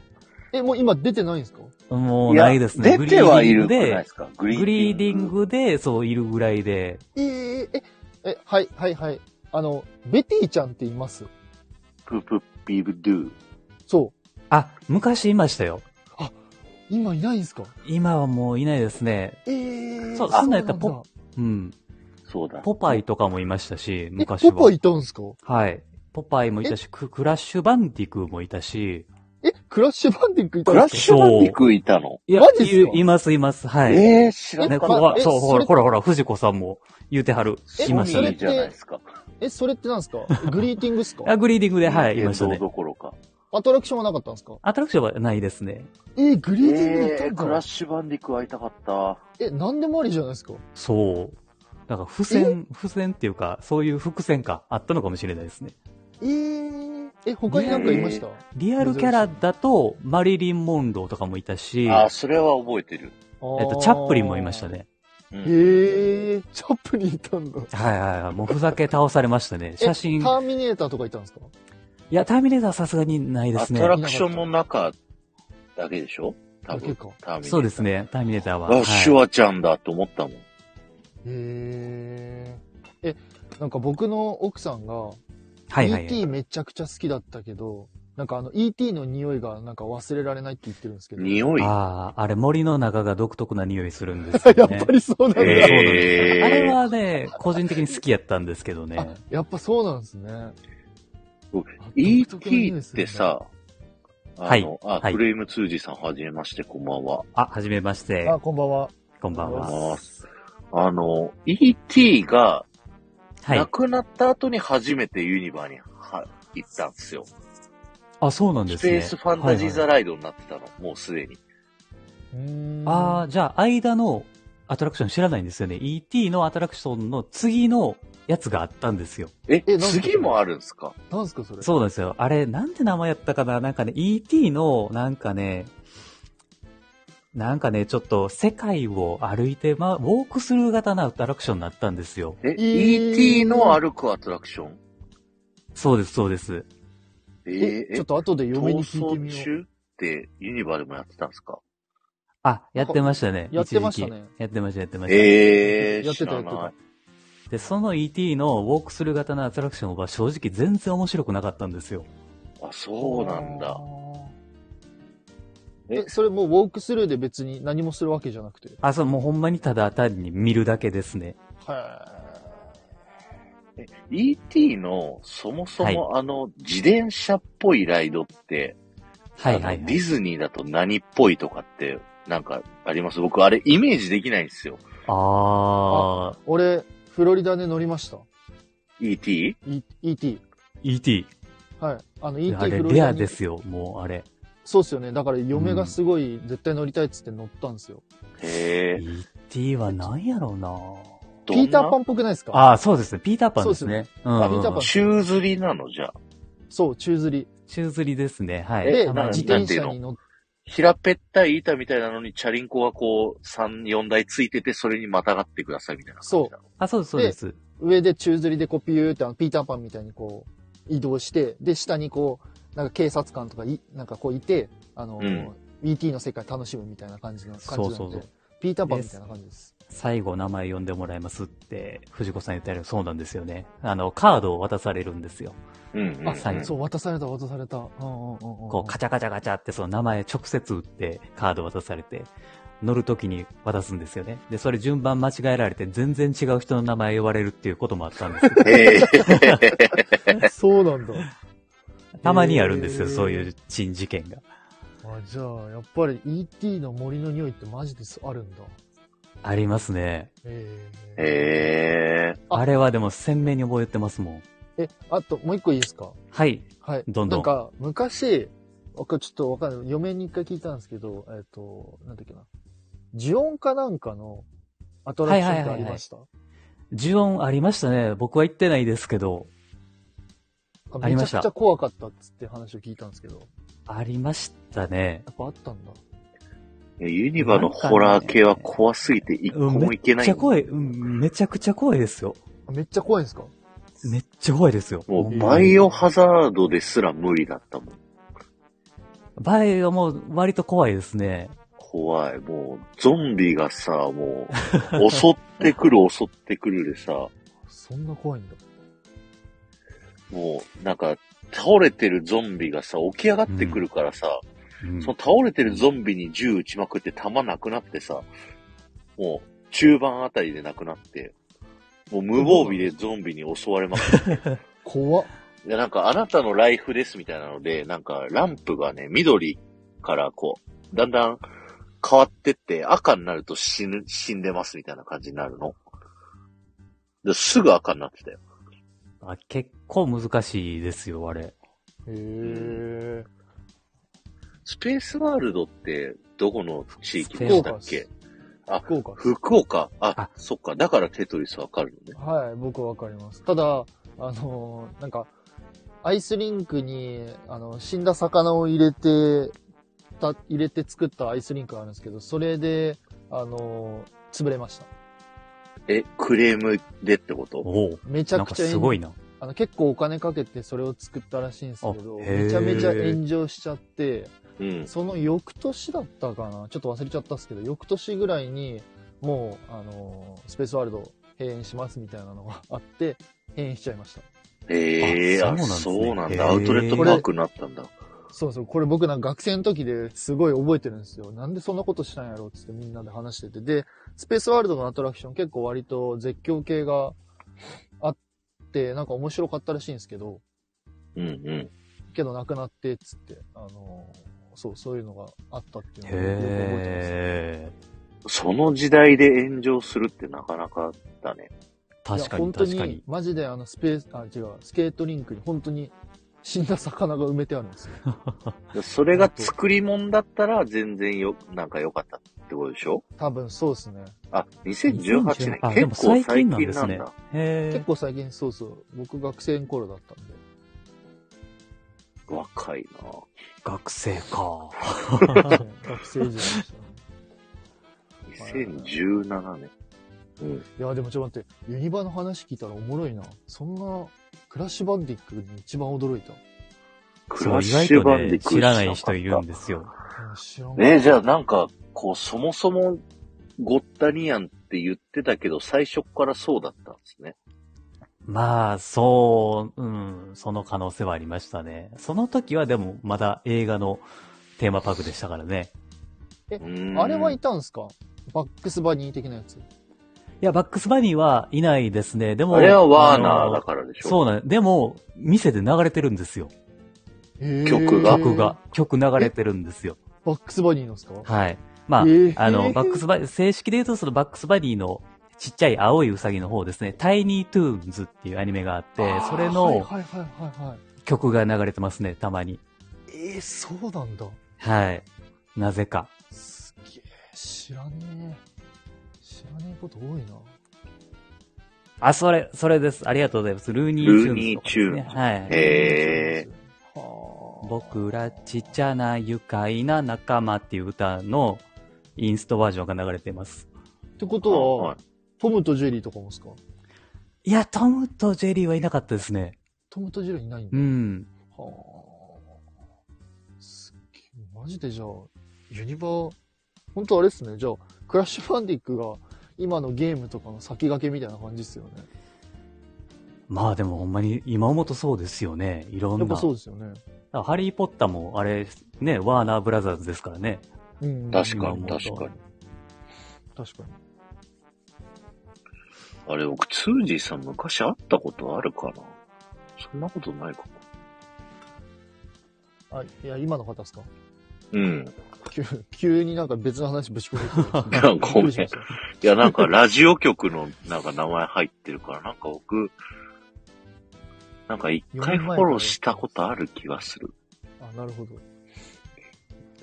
S3: え、もう今出てないんですか
S2: もうないですね。
S1: や出てはいる
S2: グ
S1: く
S2: リ
S1: な
S2: ー
S1: いで
S2: ディングです
S1: かグ
S2: グリーディン
S1: グ。
S2: グで、そう、いるぐらいで。
S3: えー、え、え、はい、はい、はい。あの、ベティちゃんって言います
S1: プープーピーブドゥ。
S3: そう。
S2: あ、昔いましたよ。
S3: 今いないんですか
S2: 今はもういないですね。
S3: えー、
S2: そうそんなんやったらポッうん。
S1: そうだ。
S2: ポパイとかもいましたし、
S3: え、
S2: 昔は。
S3: ポパイいたんですか
S2: はい。ポパイもいたし、ククラッシュバンディクーもいたし。
S3: え、クラッシュバンディックいた
S1: ク
S3: んで
S1: ラ
S3: す
S1: ッシュバンディクーいたの
S2: いや
S3: マジっすか
S2: いいます、います。はい。
S1: えー、知ら
S2: ね、
S1: な
S2: こ
S1: か
S2: ほ
S1: っ
S2: ら
S3: え
S2: そう、ほ
S3: そ
S2: ら、
S3: れ
S2: ほら、ほら、藤子さんも言うてはる。
S1: た。
S3: え
S2: いました
S1: ソニ
S2: ね
S1: ー。じゃないですか。
S3: え、それってなんですかグリーティングですか
S2: あ、グリーディングで、はい、いました
S1: そう
S2: ね。
S1: どころか。
S3: アトラクションはなかったんですか
S2: アトラクションはないですね。
S3: えー、グリーティングいた
S1: え
S3: ん
S1: ー、クラッ。
S3: だ
S1: シュバンディクー会いたかった。
S3: え、なんでもありじゃないですか
S2: そう。なんか、付箋、付箋っていうか、そういう伏線か、あったのかもしれないですね。
S3: えー、え、他になんかいました、
S2: リアルキャラだと、マリリン・モンローとかもいたし、
S1: あ
S2: え
S1: ー、それは覚えてる。
S2: っと、チャップリンもいました。
S1: う
S2: ね。
S1: ん
S3: へえ、チャップリンいたんだ。
S2: はいはいはい。もうふざけ倒されましたね。
S3: え
S2: 写真。
S3: タ
S2: い
S3: ーミネーターとかいたんですか
S2: や、ターミネーターはさすがにないで
S1: ア
S2: す
S1: トラ
S2: ね。
S1: クションの中だけでしょ多分
S3: だけ
S1: ター
S3: か。
S1: ミネーター
S2: そうです。ね、ターミネーターは。は
S1: あ、
S2: い
S1: シュワちゃんだと思ったもん。
S3: へえ。え、なんか僕の奥さんが、
S2: はいはいはい。
S3: ET めちゃくちゃ好きだったけど、なんかあの ET の匂いがなんか忘れられないって言ってるんですけど。
S1: 匂い。
S2: ああ、あれ森の中が独特な匂いするんです
S3: や
S2: よ
S3: っ
S2: ね
S3: ぱ。りそうなんだ。
S2: そうなんですよ
S1: へー
S2: あれはね、個人的に好きやったんですけどね。
S3: やっぱそうなんですね。
S1: 僕
S3: あ
S1: ET って、さ、
S2: は
S1: あ
S2: い
S1: の、あ、
S2: はい
S1: クレーム通じさんはじめまして、こんばんは。
S2: あ、はじめまし
S3: 独特な匂いですよ
S2: て
S3: ねあ、。こんばんは。
S2: こんばん
S1: こんばん
S2: は。
S1: は。あの、ET が
S2: は
S1: 亡
S2: い。
S1: くなった後に初めてユニバーには行ったんですよ。
S2: あ、そうなんで
S1: ス
S2: すね。
S1: ペースファンタジーザライドになってたの、もうすでに。
S3: うん
S2: ああ、じゃあ、間のアトラクション知らないんですよね。ET のアトラクションの次のやつがあったんですよ。
S1: え、
S3: えなんで
S1: 次もあるんですか
S3: なんすかそれ。
S2: そうなんですよ。あれ、なんて名前やったかななんかね、ET の、なんかね、なんかね、ちょっと世界を歩いて、ま、ウォークスルー型なアトラクションになったんですよ。
S1: え、
S3: ー
S1: ET の歩くアトラクション
S2: そうです、そうです。
S1: え
S3: え
S1: ー、え
S3: ちょっと後で嫁に聞いてみ
S1: 逃走
S3: よう。
S1: 中ってユニバでもやってたんですか
S2: あ、やってましたね。
S3: やってましたね
S2: 一時期やってました、やってました。
S1: えー、
S3: やって
S1: 知
S3: た
S1: らない
S2: で、その ET のウォークスルー型のアトラクションは正直全然面白くなかったんですよ。
S1: あ、そうなんだ。。
S3: え、それもうウォークスルーで別に何もするわけじゃなくて。
S2: あ、そう、もうほんまにただ単に見るだけですね。
S3: は
S1: え ET のそもそもあの自転車っぽいライドって、
S2: はいはい
S1: あ
S2: は
S1: の
S2: い。
S1: ディズニーだと何っぽいとかってなんかあります僕あれイメージできないんですよ。
S2: あ
S3: い。俺、フロリダで乗りました。
S1: ET?
S3: E-
S2: ー、
S3: ET。
S2: ET。
S3: はい。あの、
S2: あ
S3: ET
S2: れ、
S3: フロリ
S2: レ
S3: ダ
S2: ア
S3: に。
S2: ですよ、もうあれ。
S3: そうっすよね。だから嫁がすごい絶対乗りたいっつって乗ったんですよ。
S1: へー
S2: ET は何やろうな
S1: どん
S3: ピ
S1: な
S3: ーターパンっぽくないですか
S2: ああ、そうですね。ピーターパンですね。うんうん
S3: あピーターパン
S1: 宙吊りなのじゃあ。
S3: そう、宙吊り。
S2: 宙吊りですね。はい。
S1: え
S3: で、
S2: た
S1: まあ
S2: ま
S3: 自
S2: に
S3: 転車に乗って、
S1: 平ぺったい板みたいなのにチャリンコがこう3、4台ついててそれにまたがってくださいみたいな感じなの。
S2: あ、そうです、そうです。
S3: 上で宙吊りでこうピューってあのピーターパンみたいにこう移動して、で、下にこう、なんか警察官とかい、なんかこういて、あの、
S1: うん
S3: ET の世界楽しむみたいな感じの感じなんで、
S2: そうそうそう
S3: ピーターパンみたいな感じです。
S2: 最後名前呼んでもらえますって、藤子さん言ったよそうなんですよね。あの、カードを渡されるんですよ。
S1: うんうん、うん。
S3: あ、
S2: 最後
S3: そう、渡された、渡された。うんうんうんうん。
S2: こう、カチャカチャカチャって、その名前直接打って、カード渡されて、乗るときに渡すんですよね。で、それ順番間違えられて、全然違う人の名前言われるっていうこともあったんで すよ
S1: へー
S3: そうなんだ。
S2: たまにあるんですよ、
S3: へー
S2: そういう珍事件が。
S3: あじゃあ、やっぱり ET の森の匂いってマジですあるんだ。
S2: ありますね。
S3: えー、
S1: へー
S3: あ
S2: あれはでも鮮明に覚えてますもん。
S3: え、あともう一個いいですか
S2: はい。
S3: はい。
S2: どんどん
S3: なんか、昔、わかちょっとわかんない。嫁に一回聞いたんですけど、えっ、と、なんだっけな。ジオンかなんかのアトラクションってありました、
S2: 呪音ありましたね。僕は言ってないですけど。はいはいはい
S3: めちゃくちゃ怖かったっつって話を聞いたんですけど、や
S2: ありましたね。
S3: っぱあったんだ。
S1: ユニバのホラー系は怖すぎて一個もいけ
S2: め
S1: な
S2: っ
S1: い
S2: ち
S1: んだ
S2: ゃ怖い、うん。めちゃくちゃ怖いですよ。
S3: あめっちゃ怖いんですか
S2: めっちゃ怖いですよ。
S1: も
S2: ほ
S1: うん
S2: ま
S1: バ
S2: に
S1: イオハザードですら無理だったもん。
S2: バイオも割と怖いですね。
S1: 怖い。もう、ゾンビがさ、もう、襲ってくる襲ってくるでさ、
S3: そんな怖いんだ。
S1: もう、なんか、倒れてるゾンビがさ、起き上がってくるからさ、
S2: うん
S1: その倒れてるゾンビに銃撃ちまくって弾なくなってさ、もう、中盤あたりでなくなって、もう無防備でゾンビに襲われまくって。
S3: 怖っ。
S1: いや、なんか、あなたのライフですみたいなので、なんか、ランプがね、緑からこう、だんだん変わってって、赤になると死ぬ、死んでますみたいな感じになるの。ですぐ赤になってたよ。
S2: あ結構難しいですよ、あれ。
S3: へえ。
S1: スペースワールドって、どこの地域でし
S2: ど
S3: 福
S1: た
S3: 岡
S1: っ
S3: っ
S1: け
S3: す。
S1: あ
S3: 福岡っす。
S1: 福岡あ、
S2: あ
S1: そっか。だからテトリスわかるのね。
S3: はい、僕はわかります。ただ、あのーなんか、アイスリンクに、あの、死んだ魚を入れて、た、入れて作ったアイスリンクがあるんですけど、それで、あのー潰れました。
S1: え、クレームでってこと
S2: おお。
S3: めちゃ
S2: なん
S3: く
S2: か
S3: ちゃ
S2: す
S3: 炎
S2: ごいな。
S3: あの、結構お金かけてそれを作ったらしいんですけど、
S2: あへー
S3: めちゃめちゃ炎上しちゃって、
S1: うん。
S3: その翌年だったかなちょっと忘れちゃったんですけど、翌年ぐらいに、もう、あのースペースワールド閉園しますみたいなのがあって、閉園しちゃいました。
S1: ええ
S2: あ
S1: あ、
S2: そう
S1: そう
S2: な
S1: なんん
S2: ですね
S1: だ。アウトレット
S3: これ
S1: パークになったんだ。
S3: そうそう、これ僕なんか学生の時ですごい覚えてるんですよ。なんでそんなことしたんやろうっつってみんなで話してて。で、スペースワールドのアトラクション結構割と絶叫系があって、なんか面白かったらしいんですけど、
S1: うんうん。
S3: けどなくなってっつって、あのーそう、そういうのがあったっていうのをよく覚えて
S2: へえ。
S3: ますね。
S1: その時代で炎上するってなかなかだね。
S2: 確か
S3: いや
S2: に
S3: 本当
S2: 確かに。
S3: マジであのスペース、あ、違う、スケートリンクに本当に死んだ魚が埋めてあるんですよ。
S1: でそれが作り物だったら全然よ、なんか良かったってことでしょ
S3: 多分そうですね。
S1: あ、2018年
S2: あ、で
S1: 結構
S2: も最
S1: 最近
S2: 近なんです
S1: なん
S2: ね
S1: だ。。
S2: へ
S3: 結
S2: え。
S3: 構最近そうそう。僕学生の頃だったんで。
S1: 若いな
S2: 学生か。
S3: 学生時代でしたね。
S1: 2017年。うん。
S3: いや、でもちょっと待って、ユニバの話聞いたらおもろいな。そんな、クラッシュバンディックに一番驚いた。
S1: ク
S2: そう、
S1: ラッ
S2: 意外
S1: シュ
S2: と
S1: バンデ
S2: ね、
S1: ィク
S2: 知らない人いるんですよ。
S3: うん知らん
S1: ねえ、じゃあなんか、こう、そもそも、ゴッタニアンって言ってたけど、最初っからそうだったんですね。
S2: まあ、そう、うん、その可能性はありましたね。その時はでもまだ映画のテーマパークでしたからね。
S1: うーん
S3: あれはいたんすかバックスバニー的なやつ。
S2: いや、バックスバニーはいないですね。でも、
S1: あれはワー
S2: あ
S1: ナー
S2: の
S1: だからでしょ
S2: そうなんでも、店で流れてるんですよ。
S3: へー
S1: 曲が
S2: 曲が。。曲流れてるんですよ。
S3: バックスバニーのですか
S2: はい。まあ、
S3: えー
S2: あの、バックスバニー、正式で言うとそのバックスバニーのちっちゃい青いウサギの方ですね。タイニートゥーンズっていうアニメがあって、それ
S3: はい
S2: の
S3: はいはいはいはい。
S2: 曲が流れてますね、たまに。
S3: えー、そうなんだ。
S2: はい。なぜか。
S3: すげえ、知らねえ。知らねえこと多いな。
S2: あ、それ、それです。ありがとうございます。ルーニーチューンズとかですね、
S1: ルーニーチューンズ
S2: はい。
S1: へ
S3: ー。はあ
S2: 僕らちっちゃな愉快な仲間っていう歌のインストバージョンが流れてます。
S3: ってことは、
S1: はい
S3: トムとジェリーとかもですか
S2: いや、トムとジェリーはいなかったですね。
S3: トムとジェリーいないんだ。
S2: うん。
S3: はあ。すっげえ、マジでじゃあ、ユニバー、本当あれっすね。じゃあ、クラッシュバンディックが今のゲームとかの先駆けみたいな感じっすよね。
S2: まあでもほんまに今思うとそうですよね。いろん
S3: やっ
S2: な。
S3: ぱそうですよね。
S2: あハリー・ポッターもあれ、ね、ワーナーブラザーズですからね。
S3: うん。
S1: 確
S2: 今
S1: か
S2: 思
S1: に、
S2: うと
S1: 確かに。
S3: 確かに。
S1: あれ、僕、ツージーさん昔会ったことあるかなそんなことないか
S3: あ、いや、今の方ですか
S1: なうん。
S3: 急 急になんか別の話ぶち込んで
S1: なんか ごめん
S3: びっくりしました
S1: いや、なんか、ラジオ局の、なんか、名前入ってるから、なんか僕、なんか一回フォローしたことある気がする。
S3: あ、なるほど。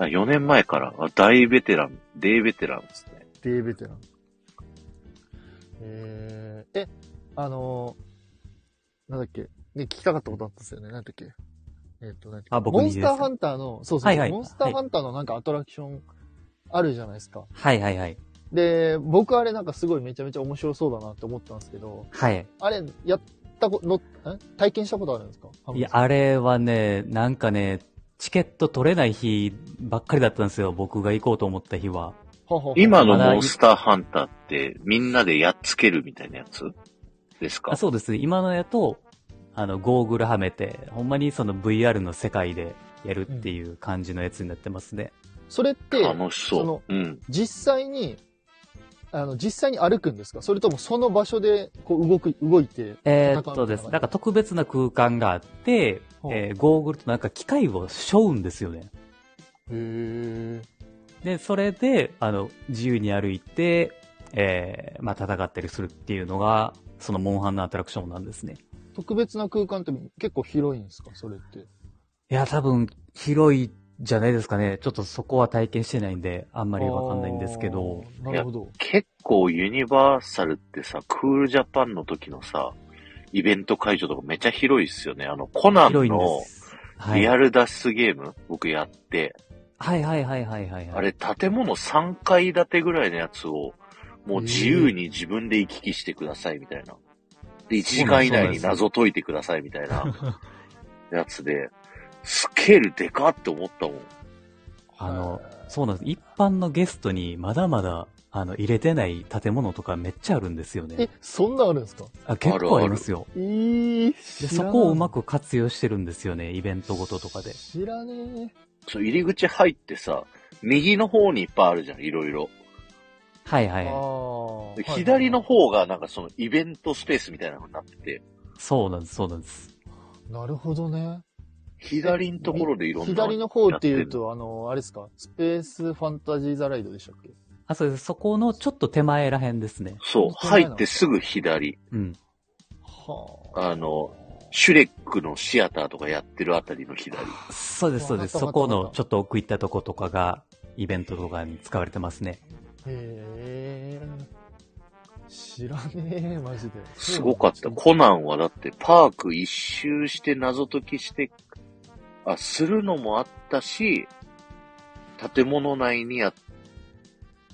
S1: あ4年前から、あ大ベテラン、デーベテランですね。
S3: デーベテラン。えー、え、あのーなんだっけ、ね、聞きたかったことあったんですよね。なんだっけ。えっ、と、なんだっけ。
S2: あ僕
S3: モ
S2: にで
S3: ン
S2: す
S3: ス
S2: か
S3: ターハンターの、そうそうそう、
S2: はいはい
S3: モンスターハンターのなんかアトラクションあるじゃないですか。
S2: はいはいはい。
S3: で、僕あれなんかすごいめちゃめちゃ面白そうだなって思ったんですけど、
S2: はい。
S3: あれ、やったこ、の、え体験したことあるんですか
S2: いや、あれはね、なんかね、チケット取れない日ばっかりだったんですよ。僕が行こうと思った日は。
S3: ははは
S1: 今のモンスターハンターって、みんなでやっつけるみたいなやつですか
S2: あそうですね。今のやと、あの、ゴーグルはめて、ほんまにその VR の世界でやるっていう感じのやつになってますね。
S3: それって、
S1: 楽し
S3: そ
S1: そ
S3: の
S1: う。うん。
S3: 実際に、あの、実際に歩くんですかそれともその場所で、こう、動く、動いて、
S2: えーっとですね、なんか特別な空間があって、
S3: ほう
S2: えーゴーグルとなんか機械を背負うんですよね。
S3: へー
S2: で、それで、あの、自由に歩いて、えーまあ、戦ったりするっていうのが、そのモンハンのアトラクションなんですね。
S3: 特別な空間って結構広いんですかそれって。
S2: いや、多分、広いじゃないですかね。ちょっとそこは体験してないんで、あんまりわかんないんですけど。
S3: あー。なるほど。
S1: 結構ユニバーサルってさ、クールジャパンの時のさ、イベント会場とかめっちゃ広いっすよね。あの、コナン
S2: 広いん
S1: の
S2: です。はい。
S1: リアル脱出ゲーム、僕やって、
S2: はいはいはいはいはいはい。
S1: あれ建物3階建てぐらいのやつを、もう自由に自分で行き来してくださいみたいな。で、1時間以内に謎解いてくださいみたいなやつで、スケールでかって思ったもん。
S2: あの、そうなんです。一般のゲストにまだまだ、あの、入れてない建物とかめっちゃあるんですよ
S3: え
S2: ね。、
S3: そんなんあるんですか
S2: あ結構ありますよ。
S3: えー、
S2: で、
S3: 知ら
S2: そ
S3: ない
S2: こをうまく活用してるんですよね。イベントごととかで。
S3: 知らね
S1: そう、入り口入ってさ、右の方にいっぱいあるじゃん、いろいろ。
S2: はいは
S3: え。
S2: い
S3: あ
S2: はい。
S3: ー
S1: で左の。
S3: はい
S1: 方がなんかそのイベントスペースみたいなのになってて、
S2: そうなんです、そうなんです。
S3: はいなるほどね。
S1: 左のところでいろんな。
S3: 左の方っていうと、あの、あれですかスペースファンタジーザライドでしたっけ
S2: あ、そうです。そこのちょっと手前ら辺ですね。
S1: そう、
S3: 本当だ
S1: 入
S3: よ
S1: ってすぐ左。
S2: うん。
S3: は
S1: あの、シュレックのシアターとかやってるあたりの左。
S2: そうです、そうです。そ
S3: わかったわ
S2: こ
S3: かった
S2: のちょっと奥行ったとことかが、イベントとかに使われてますね。
S3: へえ。知らねえ、マジで。
S1: すごかった。
S3: そう
S1: コナンはだってパーク一周して謎解きして、あ、するのもあったし、建物内にや、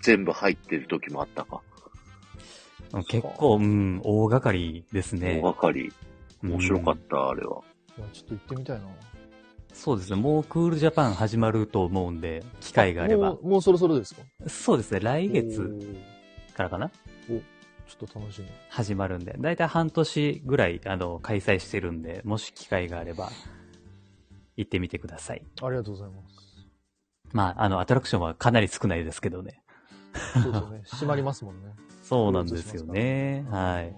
S1: 全部入ってる時もあったか。
S2: うん結構、うん、大掛かりです
S1: 大
S2: ね。
S1: 掛かり。面白か
S2: う
S1: っ
S2: ん
S1: た、あれは。
S3: なんだいやちょっと行ってみたいな。
S2: そうですね。もうクールジャパン始まると思うんで、機会があれば
S3: も。う。もうそろそろですか
S2: そうですね。来
S3: お
S2: 月
S3: ー
S2: からかな
S3: ちょっと楽しみ。
S2: 始まるんで。だいたい半年ぐらい、あの、開催してるんで、もし機会があれば、行ってみてください。
S3: ありがとうございます。
S2: まあ、あの、アトラクションはかなり少ないですけどね。
S3: そうですよ ね。閉まりますもんね。
S2: そうなんですよね。はい。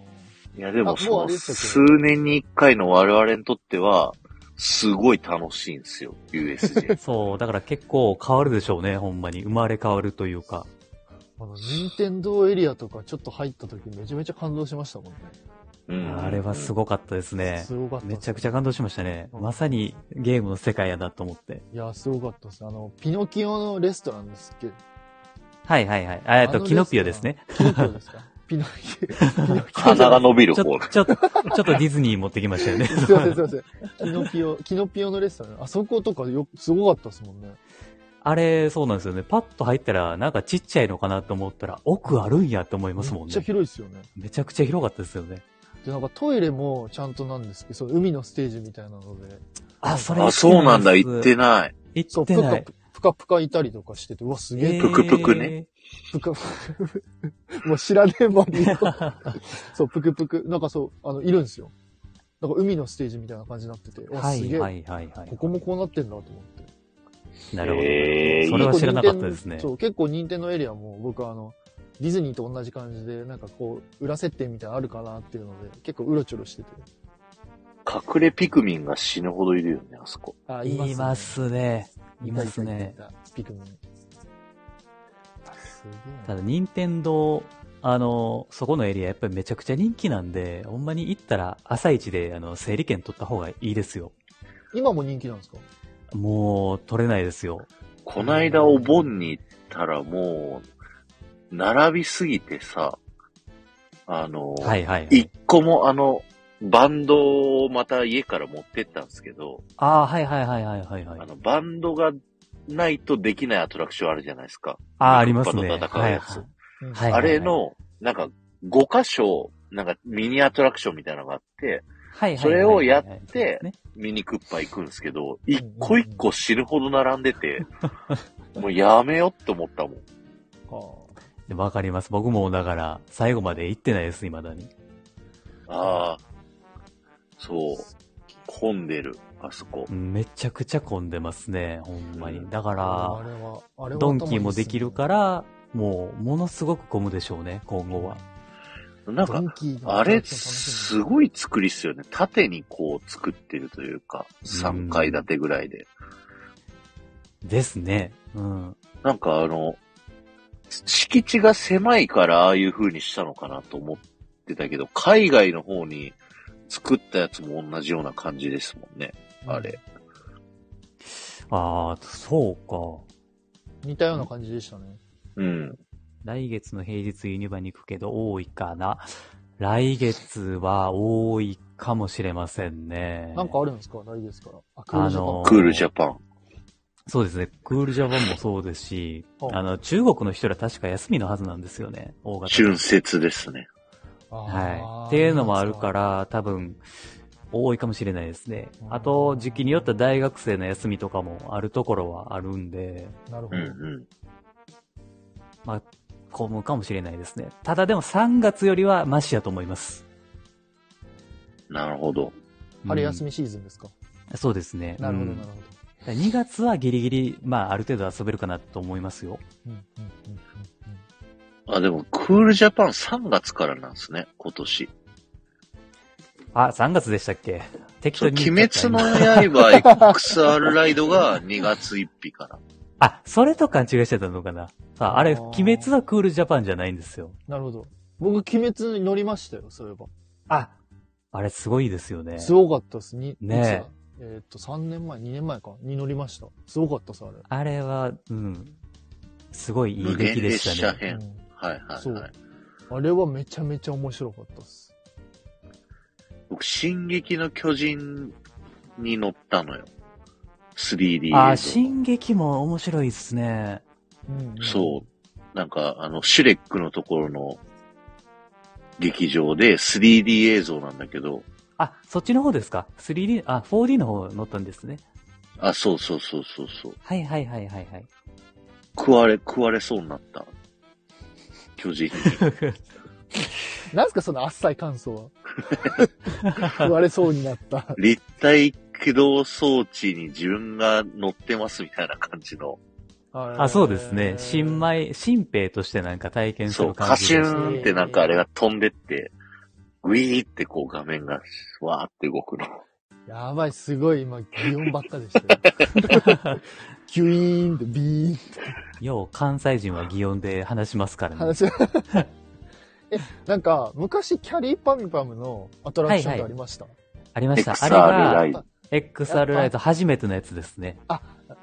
S1: いや、でも
S3: あ
S1: そ
S3: もうあ
S1: の
S3: れでしたっけ
S1: 数年に一回の我々にとっては、すごい楽しいんですよ、USJ。
S2: そう、だから結構変わるでしょうね、ほんまに。生まれ変わるというか。
S3: あの、任天堂エリアとかちょっと入った時めちゃめちゃ感動しましたもんね。
S1: うん、
S2: あれはす
S1: ご
S2: ごかったですね。
S3: すごかった。
S2: めちゃく
S3: ち
S2: ちゃ感動しましたね。まさにゲームの世界やなと思って。
S3: ゃ。いや、すごかったです。あの、ピノキオのレストランですっけ
S2: はいはいはい。あえっ
S3: あ
S2: と、
S3: の
S2: キノピオですね。
S3: キノキオ ですかピノキオ。ピノキオじ
S1: 鼻
S3: ゃな
S1: が
S3: い。
S1: 伸びる
S2: ちょっ
S1: 方
S2: と、。ちょっと、ちょっとディズニー持ってきました よね。
S3: すいません、すいません。キノピオ、キノピオのレストラン。あそことかよ、すごかったですもんね。
S2: あれ、そうなんですよね。パッと入ったら、なんかちっちゃいのかなと思ったら、奥あるんやと思いますもん
S3: めっ
S2: ね
S3: ちゃ。広いですよね。
S2: めちゃくちゃ広かったですよね。
S3: で、なんかトイレもちゃんとなんですけど、その海のステージみたいなので、
S2: あ、それ
S1: あ、そうなんだ、
S2: 行
S1: 言ってない。
S2: 行
S3: そ
S2: っ
S3: う、ぷ
S2: てな
S3: か
S2: い。
S3: ぷかぷかいたりとかしてて、うわ、すげえ、
S1: ぷくぷくね
S3: ぷか、 もう知らねえバディ。そう、ぷくぷく。なんかそう、あの、いるんですよ。なんか海のステージみたいな感じになってて、う
S2: えー。
S3: わ、
S2: は
S3: すげ
S2: い
S3: え、
S2: はいはいはい。
S3: ここもこうなってんだと思って。
S2: なるほど。
S1: えー
S2: それは知らなかったですね
S3: 結構任天。そう、結構任天のエリアも僕はあの、ディズニーと同じ感じで、なんかこう、裏設定みたいなのあるかなっていうので、結構うろちょろしてて。
S1: 隠れピクミンが死ぬほどいるよね、あそこ。
S3: あ
S2: いますね。いますね。
S3: たたたピクミン。あすげえ
S2: た
S3: な。
S2: だ、任天堂、あの、そこのエリア、やっぱりめちゃくちゃ人気なんで、ほんまに行ったら、朝一で、あの、整理券取った方がいいですよ。
S3: 今も人気なんですか
S2: もう、取れないですよ。
S1: こないだお盆に行ったらもう、並びすぎてさ、あの、
S2: はいはい、は
S1: 一
S2: い。
S1: 個もあの、バンドをまた家から持ってったんですけど、
S2: ああ、はいはいはいはいはい、はい
S1: あ。の、バンドがないとできないアトラクションあるじゃないですか。
S2: ああ、ありますね。
S1: ヨ
S2: は
S1: ーロッパの
S2: は
S1: 戦う
S2: い
S1: やつ
S3: うん
S2: はい
S1: あれの、なんか、5箇所、なんかミニアトラクションみたいなのがあって、
S2: はいはい。
S1: それをやって
S2: はいはいはいね
S1: ミニクッパ行くんですけど、一個一個死ぬほど並んで て、もうやめよって思ったもん。
S3: か。
S2: でわかります。僕も、だから、最後まで行ってないです、未だに。
S1: ああ、そう、混んでる、あそこ
S2: う。んめちゃくちゃ混んでますね、ほんまに。だか
S3: あ
S2: ら、
S3: れは、あれは
S2: ドンキーもできる
S3: ら、
S2: から、もう、ものすごく混むでしょうね、今後は。
S1: なん
S3: ド
S1: か、
S3: ンキーの
S1: あれ、
S3: 楽し
S1: すごい作りっすよね。縦にこう作ってるというか、3階建てぐらいで。
S2: ですね。うん。
S1: なんかあの、敷地が狭いからああいう風にしたのかなと思ってたけど、海外の方に作ったやつも同じような感じですもんね。
S3: み
S1: あれ。。
S2: ああ、そうか。
S3: 似たような感じでしたね。
S1: うん。
S2: 来月の平日ユニバに行くけど多いかな。来月は多いかもしれませんね。
S3: なんかあるんですか来月から。あ、クールジャパン、
S2: あの
S1: クールジャパン。
S2: そうですね。クールジャパンもそうですし
S3: あ
S2: あの、中国の人ら確か休みのはずなんですよね。大型。
S1: 春節ですね。
S2: は
S3: あー
S2: い。っていうのもあるから、多分、多いかもしれないですね。あと、時期によっては大学生の休みとかもあるところはあるんで、
S3: なるほ
S1: うん
S3: ど。
S1: うん。
S2: まあ、混むかもしれないですね。ただでも3月よりはマシやと思います。
S1: なるほど。
S3: 春休
S2: み、
S3: みシーズンですか、
S2: そうですね。
S3: なるほど、
S2: う
S3: なんるほど。
S2: 2月はギリギリ、まあ、ある程度遊べるかなと思いますよ。
S3: うん、うん、うん、うんうん。
S1: あ、でもクールジャパン3月からなんですね、今年。
S2: あ、3月でしたっけ適
S1: そ
S2: 当
S1: う、
S2: に
S1: 鬼
S2: 言
S1: 滅
S2: っちゃった。
S1: の
S2: 今
S1: 刃 XR ライドが2月1日から。
S2: あ、それと勘違いしてたのかな。ああれ、
S3: あー
S2: 鬼滅はクールジャパンじゃないんですよ。
S3: なるほど。僕、鬼滅に乗りましたよ、そういえば。
S2: あ、あれすごいですよね。
S3: すごかったです。に
S2: ねえ
S3: いつだえーっと、3年前、2年前かに乗りました。すごかったです、あれ。
S2: あれは、うん。す ごいいい
S1: 無
S2: 出来
S1: 限
S2: で
S1: 列車
S2: したね。
S1: 編。
S3: う
S1: はいはい
S3: そ
S1: は
S3: う
S1: い。
S3: んあれはめちゃめちゃ面白かったです。
S1: 僕、進撃の巨人に乗ったのよ。3D 映像
S2: あ
S1: の
S2: ー、進撃も面白いっすね。
S3: うんうん
S1: そう。なんか、あの、シュレックのところの劇場で 3D 映像なんだけど、
S2: あ、そっちの方ですか ?3D、あ、4D の方乗ったんですね。
S1: あ、そうそうそうそうそう。
S2: はいはいはいはいはい。
S1: 食われ、食われそうになった。巨 人に。
S3: なんすかそのあっさい感想 は。言われそうになった。
S1: 立体起動装置に自分が乗ってますみたいな感じの。
S2: あ、
S3: あ
S2: そうですね。新。米、新兵としてなんか体験す
S1: そう、
S2: る
S1: カ
S2: 感
S1: シ
S2: じ
S1: ュ
S2: です。
S1: ーンってなんかあれが飛んでって、グイーってこう画面がわーって動くの。
S3: やばい、すごい今、擬音ばっかでしたよ。 キュイーンってビーンって
S2: よう、関西人は擬音で話しますからね。
S3: 話 が。え、なんか、昔キャリーパミュパムのアトラクションってありました。
S2: ありました。あ
S1: XR
S2: れ
S1: ラ
S2: が、
S1: イド。
S2: XR ライト初めてのやつですね。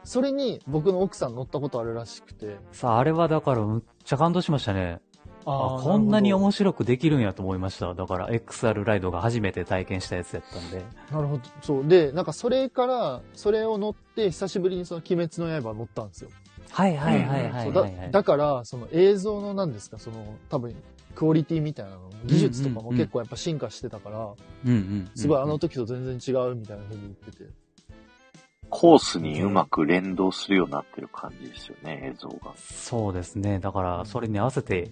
S3: それに僕の奥さん乗ったことあるらしくて。
S2: さあ、あれはだからむっちゃ感動しましたね。あ
S3: ー
S2: こんなに
S3: るほど
S2: 面白くできるんやと思いました。だから XR ライドが初めて体験したやつやったんで。
S3: なるほど。そう。で、なんかそれから、それを乗って、久しぶりにその鬼滅の刃乗ったんですよ。
S2: はいはいはいはい
S3: そう
S2: は
S3: だ
S2: いはい。
S3: だから、その映像の何ですか、その多分、クオリティみたいなの、技術とかも結構やっぱ進化してたから、
S2: うんうん。
S3: すごいあの時と全然違うみたいな風に言ってて。
S1: コースにうまく連動するようになってる感じですよね、映像が。
S2: そうですね。だから、それに合わせて、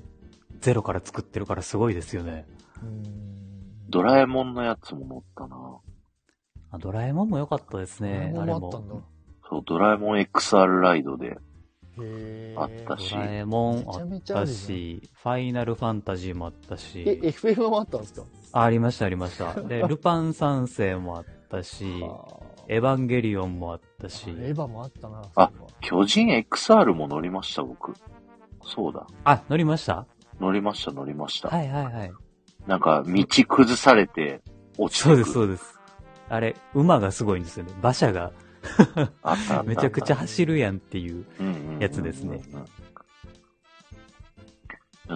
S2: ゼロから作ってるからすごいですよね。
S3: うー
S1: ドラえもんのやつも乗ったな。
S2: あドラえもんも良かったですね。
S3: ド
S2: あ
S3: ラ
S2: れ
S3: えもんもあったんだ
S2: も。
S1: そう、ドラえもん XR ライドで。
S3: ん。へ
S1: あった
S2: ド
S1: し
S2: ラえもんあ
S3: めちゃめ
S2: っ
S3: ちゃ
S2: た
S3: あるじ
S2: し、ファイナルファンタジーもあった
S3: え、
S2: し、
S3: FF もあったんですか
S2: あありましたありました。 で、ルパン三世もあったし、エヴァンゲリオンもあったし、
S3: エヴァもあったな。
S1: あ
S3: そうい
S1: 巨人 XR も乗りました、僕。そうだ。
S2: あ、乗りました
S1: 乗りました、乗りました。
S2: はいはいはい。
S1: なんか、道崩されて、落ちて
S2: そう
S1: く
S2: ですそうです。あれ、馬がすごいんですよね。馬車が
S1: あったあったあった
S2: めちゃくちゃ走るやんっていう。やつですね。
S1: うんうんうんうん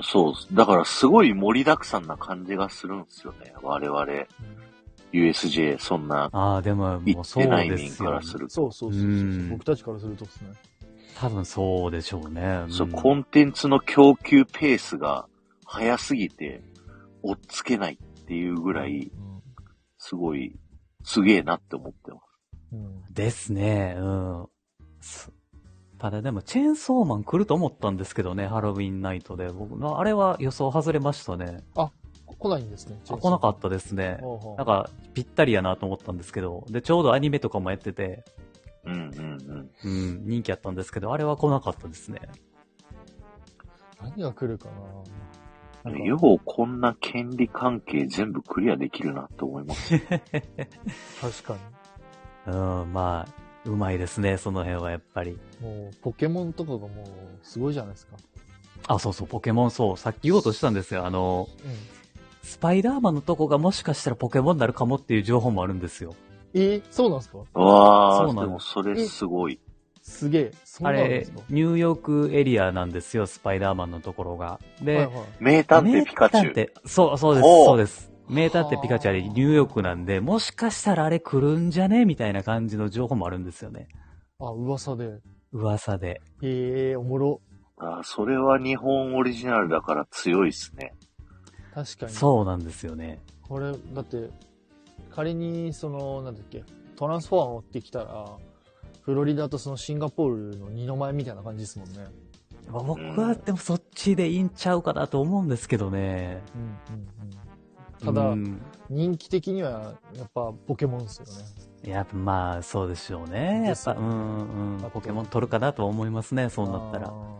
S1: そうです。だから、すごい盛りだくさんな感じがするんですよね。我々、
S3: えば
S1: USJ、そんな、
S2: ああ、でも
S1: 行
S2: もう
S1: っ
S2: そう
S1: てない
S2: で
S1: 民
S2: す
S1: か
S2: よ
S1: ら
S2: ね
S1: すると。
S3: そうそうそうそううん僕たちからするとですね。
S2: 多分そうでしょうね。ん
S1: そう、コンテンツの供給ペースが早すぎて、追っつけないっていうぐらい、すごい、すげえなって思ってます。
S3: うん。うん
S2: ですね、うん。すただでも、チェーンソーマン来ると思ったんですけどね、ハロウィンナイトで。僕、まああれは予想外れましたね。
S3: 来ないんですね。
S2: あ来なかった
S3: で
S2: ですね。
S3: な
S2: なん、か、ぴったりやなと思ったんですけど、で、ちょうどアニメとかもやってて、
S1: うんうんうん。
S2: うん、人気やったんですけど、あれは来なかったですね。
S3: 何が来るかななんか
S1: ようこんな権利関係全部クリアできるなって思います。
S3: 確か
S2: うん、まあ、うまいですね、その辺はやっぱり。
S3: に。もう、ポケモンとかがもう、すごいじゃないですか。
S2: あ、そうそう、ポケモン、そう、さっき言おうとしたんですよ。あの、
S3: うん。
S2: スパイダーマンのとこがもしかしたらポケモンになるかもっていう情報もあるんですよ。
S3: えそうなんですか
S1: わ
S2: そう
S1: ー、
S2: な
S1: で
S2: の
S1: もそれすごい。
S3: すげえ。そん
S2: あ
S3: なのあるんで
S2: れ
S3: すか、
S2: ニューヨークエリアなんですよ、スパイダーマンのところが。で、
S3: はいはい。
S1: 名探偵ピカチ
S2: 名
S1: ュ
S2: 探
S1: ウ。
S2: 偵そう、そうです、
S1: ほう
S2: そうです。名探偵ピカチュウあれ、
S3: はあ
S2: ニューヨークなんで、もしかしたらあれ来るんじゃねみたいな感じの情報もあるんですよね。
S3: あ、噂で。
S2: 噂で。
S3: ええおもろ。
S1: あーそれは日本オリジナルだから強いっすね。
S3: 確かに。
S2: そうなんですよね。
S3: これ、だって、仮に、その、なんだっけ、トランスフォーマー持ってきたら、フロリダとそのシンガポールの二の前みたいな感じですもんね。
S2: まあ僕はでもそっちでいいんちゃうかなと思うんですけどね。
S3: うんうんうん。ただ、
S2: うん
S3: 人気的には、やっぱ、ポケモンですよね。
S2: やっぱまあ、そうでしょうね。や
S3: で
S2: っ
S3: す
S2: ぱ、
S3: よ
S2: う
S3: ね
S2: んうん。ポケモン取るかなと思いますね、そうなった
S3: あ
S2: ら。
S3: ー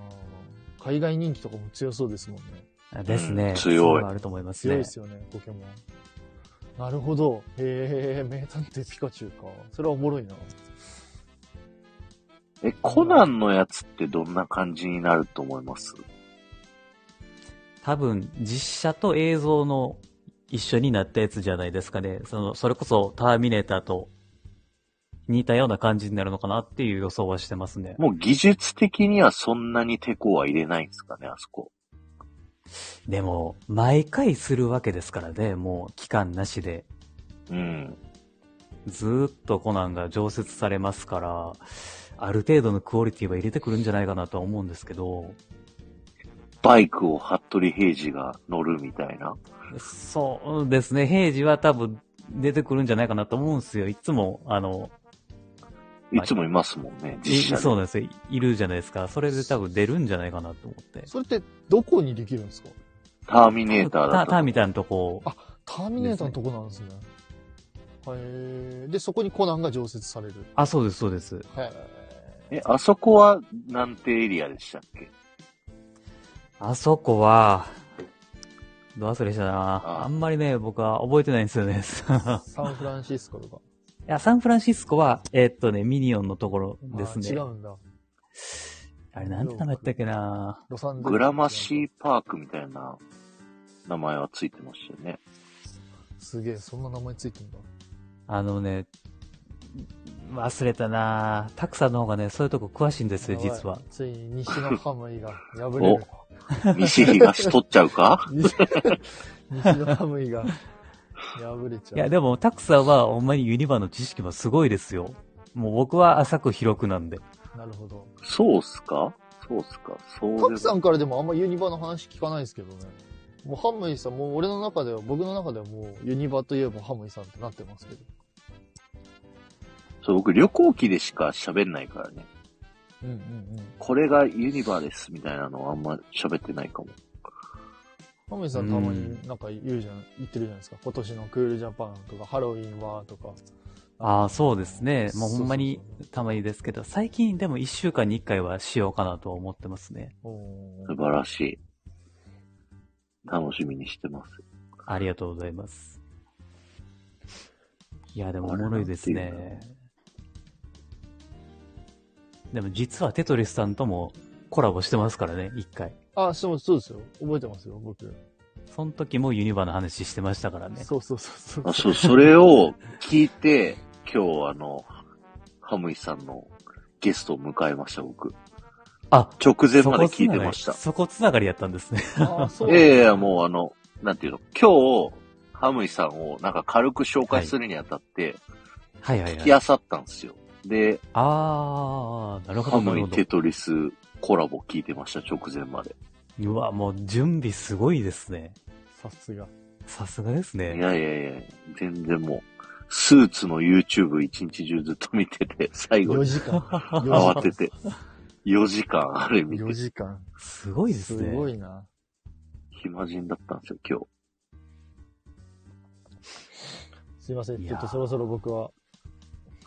S3: 海外人気とかも強そうですもんね。
S2: ですね。
S1: 強い
S2: それはあると思います
S3: 強い
S2: ね
S3: で。すよね、ポケモン。なるほど。へえ、名探偵ピカチュウか。それはおもろいな。
S1: え、コナンのやつってどんな感じになると思います
S2: 多分、実写と映像の一緒になったやつじゃないですかね。その、それこそターミネーターと似たような感じになるのかなっていう予想はしてますね。
S1: もう技術的にはそんなにテコは入れないんですかね、あそこ。
S2: でも、毎回するわけですからね、もう期間なしで。
S1: うん。
S2: ずーっとコナンが常設されますから、ある程度のクオリティは入れてくるんじゃないかなとは思うんですけど、
S1: バイクを服部平次が乗るみたいな。
S2: そうですね、平時は多分出てくるんじゃないかなと思うんですよ。いつも、あの、
S1: いつもいますもんね、
S2: い
S1: 実写
S2: そうなんですよ。いるじゃないですか。それで多分出るんじゃないかなと思って。
S3: それってどこにできるんですか
S1: で。ターミネーターだ
S2: タ
S1: と。
S2: ターミネーターのとこ、
S3: あターミネーターのとこなんですね。へえ。で、そこにコナンが常設される。
S2: あ、そうです、そうです。
S3: へ
S1: え、あそこはなんてエリアでしたっけ
S2: あそこは、ど忘れしたな
S1: あ
S2: あんまりね、僕は覚えてないんですよね。
S3: え。サンフランシスコとか。
S2: いや、サンフランシスコは、えーっとね、ミニオンのところです
S3: あ違
S2: ね。
S3: うんだ。
S2: あれ、なんて名前やったっけな
S3: ロサンゼルス。
S1: グラマシーパークみたいな名前はついてましたよ ね。
S3: すげえ、そんな名前ついてんだ。
S2: あのね、忘れたなたくさんの方がね、そういうとこ詳しいんですよ、
S3: やばい
S2: 実は。
S3: ついに西のハムイが 破れる。
S1: 西東取っちゃうか
S3: 西のハムイが破れちゃう。
S2: いや、でも、タクさんは、ほんまにユニバの知識もすごいですよ。もう僕は浅く広くなんで。
S3: なるほど。
S1: そうっすかそうっすかそう
S3: パクさ
S1: ん
S3: んからでもあんまユニバの話聞かないですけどね。もうハムイさん、もう俺の中では、僕の中ではもうユニバといえばハムイさんってなってますけど。
S1: そう、僕旅行機でしか喋んないからね。
S3: うんうんうん。
S1: これがユニバーですみたいなのはあんま喋ってないかも。
S3: ハムイさんたまになんか言うじゃん、言ってるじゃないですか。今年のクールジャパンとか、ハロウィンはとか。
S2: ああ、そうですね。もうほんまに
S3: そうそうそう
S2: たまにですけど、最近でも一週間に一回はしようかなとは思ってますね。
S3: おー
S1: 素晴らしい。楽しみにしてます。
S2: ありがとうございます。いや、でもおもろいです
S1: あれなんて
S2: ね。でも実はテトリスさんともコラボしてますからね、一回。
S3: あ、そうそうですよ。覚えてますよ、僕。
S2: その時もユニバの話してましたからね。
S3: そうそうそうそ
S1: あ
S3: う。
S1: そう、それを聞いて、今日あの、ハムイさんのゲストを迎えました、僕。
S2: あ、
S1: 直前
S2: そ
S1: まで
S2: こ
S1: 聞
S2: つ
S1: い
S2: な
S1: て
S2: が
S1: ま
S2: り、
S1: した。
S2: そこつながりやったんですね。
S3: あ、そう
S1: いやいや、もうあの、なんていうの、今日、ハムイさんをなんか軽く紹介するにあたって、
S2: はいはい
S1: 聞
S2: はい。
S1: きあさったんですよ。で、
S2: あー、なるほ
S1: ハ
S2: ど、な
S1: ム
S2: る
S1: イ
S2: ほど
S1: テ。トリスコラボ聞いてました、直前まで。
S2: うわ、もう準備すごいですね。
S3: さすが。
S2: さすがです
S1: い
S2: ね。
S1: やいやいや、全然もう、スーツの YouTube 一日中ずっと見てて、最後
S3: 4
S1: に
S3: 時間。
S1: 慌てて、4時間あれ見
S3: 4
S1: て、
S3: 時間。
S2: すごいです
S3: す
S2: ね。
S3: ごいな。
S1: 暇人だったんですよ、今日。
S3: すいません。
S2: い
S3: ち
S2: や
S3: ょ
S2: ー
S3: っとそろそろ僕は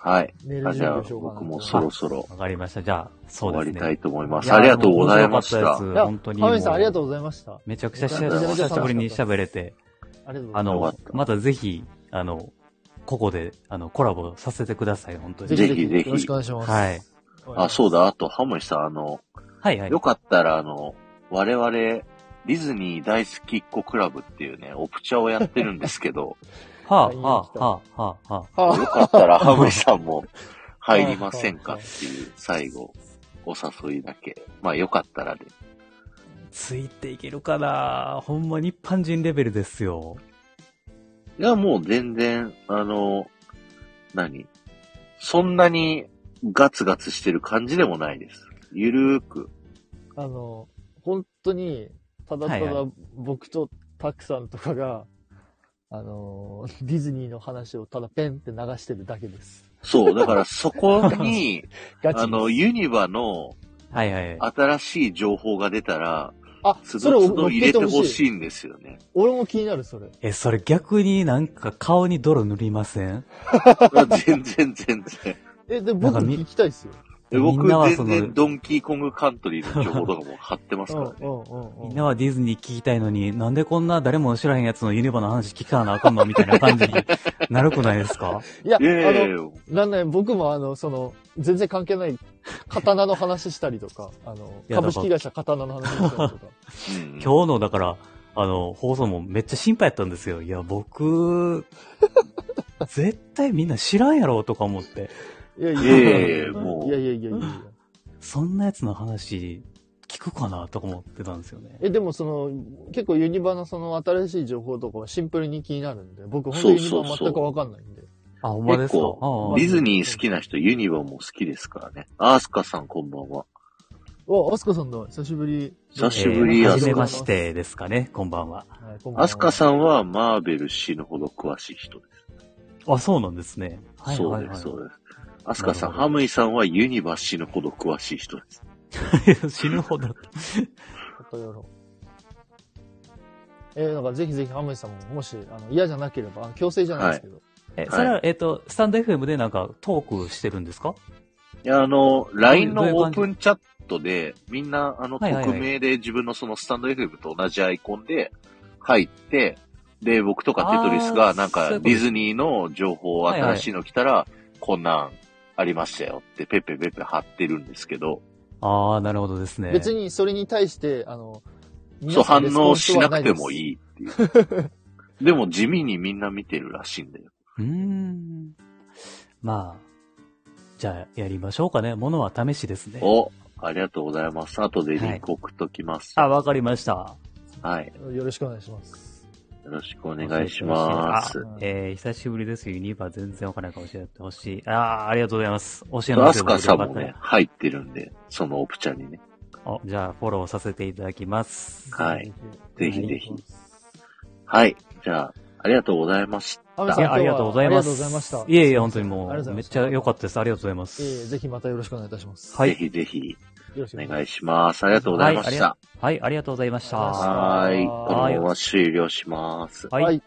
S1: はい。
S3: メー
S1: あ
S3: ル
S1: じゃあ、
S3: 準備しようかなと
S1: 僕もそろそろ
S2: わかりました。じゃあ、そう
S1: 終
S2: で
S1: わ
S2: すね。
S1: りたいと思います。
S2: や
S1: ありがとうございまし
S2: 面白かった
S1: た。
S2: です
S3: いや
S2: 本当にもう。
S3: ハムイさんありがとうございました。あ
S2: めちゃくちゃ久
S1: めちゃくちゃ
S2: しぶりに喋れて、
S3: りがとうござ
S2: あ
S3: い
S1: よか
S2: の
S1: っ、た
S2: またぜひ、あの、ここで、あの、コラボさせてください、本当
S3: ま
S2: に。
S3: す。
S1: ぜひぜひ
S3: よろしくお願いします。
S2: はい。
S1: あ、そう
S3: だ。
S1: だ、あと、ハムイさん、あの、
S2: はいはい
S1: よ。かったら、あの、我々、ディズニー大好きっ子クラブっていうね、オプチャをやってるんですけど、
S2: はあ、はあ、はあ、はあ、はあ。
S3: は
S1: よ
S3: あ
S1: かったら、ハムイさんも入りませんかっていう、最後、お誘いだけ。まあ、よかったらで、
S2: ついていけるかなほんまに一般人レベルですよ。
S1: いや、もう全然、あの、何そんなにガツガツしてる感じでもないです。ゆるーく。
S3: あの、本当に、ただた
S2: はい
S3: だ
S2: は
S3: 僕とタクさんとかが、あの、ディズニーの話をただペンって流してるだけです。
S1: そう、だからそ こに、
S3: ガチ
S1: あの、
S3: です。
S1: ユニバの
S2: はいはい。
S1: 新しい情報が出たら、
S3: あ、
S1: つ
S3: それ
S1: ど
S3: を
S1: つど入れてほしいんですよね。
S3: 俺も気になる、それ。
S2: え、それ逆になんか顔に泥塗りません
S1: 全然 全然。
S3: え、
S2: な
S3: で、
S2: ん
S3: 僕
S2: かみ
S3: 聞きたいっすよ。
S1: で
S2: み
S1: 僕
S2: んなはそ
S1: 全
S2: の
S1: 然ドンキーコングカントリーの情報とかも貼ってます
S3: うん
S1: から
S3: う
S1: ね。
S3: んうんうん。
S2: みんなはディズニー聞きたいのに、なんでこんな誰も知らへんやつのユニバの話聞かなあかんのみたいな感じになるくないですか
S3: いや、
S1: いやいや
S3: あ
S1: い
S3: の、
S1: や、
S3: なんない、僕もあの、その、全然関係ない、刀の話したりとか、あの、
S2: いや
S3: 株式会社刀の話したりとか。
S1: うん
S2: 今日の、だから、あの、放送もめっちゃ心配やったんですよ。いや、僕、絶対みんな知らんやろとか思って。
S3: いやい
S1: いやいやいやもう
S3: いやいやいやいやいや。
S2: そんなやつの話、聞くかなとか思ってたんですよね。
S3: え、でもその、結構ユニバのその新しい情報とかはシンプルに気になるんで、僕本当にユニ
S1: そうそ
S3: バ
S1: うそう
S3: 全くわかんないんで。
S2: あ、ほんまですか
S1: 結
S2: ああ
S1: ディズニー好きな人、ユニバも好きですからね。アースカさんこんばんは。
S3: お、アスカさんだ。久しぶり。
S1: 久しぶり
S2: えー
S1: や
S2: はじめまし。てですかね、こんばんは。
S3: はいこんばんは
S1: アスカさんはマーベル死ぬほど詳しい人で
S2: あ、そうなんですね。は
S1: す。
S2: い
S1: そ
S2: は
S1: う
S2: い
S1: で
S2: はい。
S1: す、そうです。アスカさん、
S2: なるほど
S1: ハムイさんはユニバ死ぬほど詳しい人です。
S2: 死ぬほど。
S3: ことやろうえー、なんかぜひぜひハムイさんも、もし、あの、嫌じゃなければ、あ強制じゃないですけど。
S2: え、それは、えっと、スタンド FM でなんかトークしてるんですか
S1: いや、あの、LINE
S2: どういう
S1: のオ
S2: 感
S1: ー
S2: じ
S1: プンチャットで、みんな、あの、
S2: はいはいはい
S1: 匿名で自分のそのスタンド FM と同じアイコンで入って、で、僕とかテトリス
S2: あ
S1: が、
S2: ー
S1: なん
S2: そう
S1: か、
S2: いうこと
S1: ディズニーの情報、
S2: はいはい
S1: 新しいの来たら、こんなんありましたよって、ペッペペッペ貼ってるんですけど、
S2: ああ、なるほどですね。
S3: 別にそれに対して、あの、
S1: そう、
S3: 皆さん
S1: 反
S3: レスポ
S1: 応
S3: ンス
S1: し
S3: は
S1: なくても
S3: い
S1: いいっていう。 でも、地味にみんな見てるらしいんだよ。
S2: うーん。まあ、じゃあ、やりましょうかね。ものは試しですね。
S1: お、ありがとうございます。後でリンク送っときます。
S2: あ、わかりました。
S1: はい。
S3: です。よろしくお願いします。
S1: よろしくお願いします。
S3: はい
S2: えー、久しぶりです。ユニバー全然わからないかもしれないってほしい。ああー、ありがとうございます。教え
S1: ア
S2: な
S1: ス
S2: く
S1: カさんも
S2: て
S1: ね、入ってるんで、そのオプチャにね。
S2: お、じゃあ、フォローさせていただきます。
S1: はい。ぜひぜひ
S3: はい。
S1: はい。じゃあ、ありがとうございました。
S3: ハムイ
S2: い
S3: さん、
S2: や、
S3: 今
S2: あ
S3: 日
S2: りが
S3: は
S2: とうございます。
S3: ありがとうございました。
S2: いえいえ、本当にも
S3: ありがと
S2: う、
S3: ござい
S2: め
S3: ま
S2: っ
S3: し
S2: ちゃ良かったです。ありがとうございま
S3: えー、
S2: す。
S3: ぜひまたよろしくお願いいたします。
S2: はい
S1: ぜひぜひ、
S3: よろしくお
S1: お
S3: 願
S1: 願
S3: い
S1: い
S3: し
S1: します。ありがとうございました。
S2: はい、ありがとうございました。
S3: ありがとうございました
S1: はーい。
S3: はい
S1: このまま終了します。
S2: はい。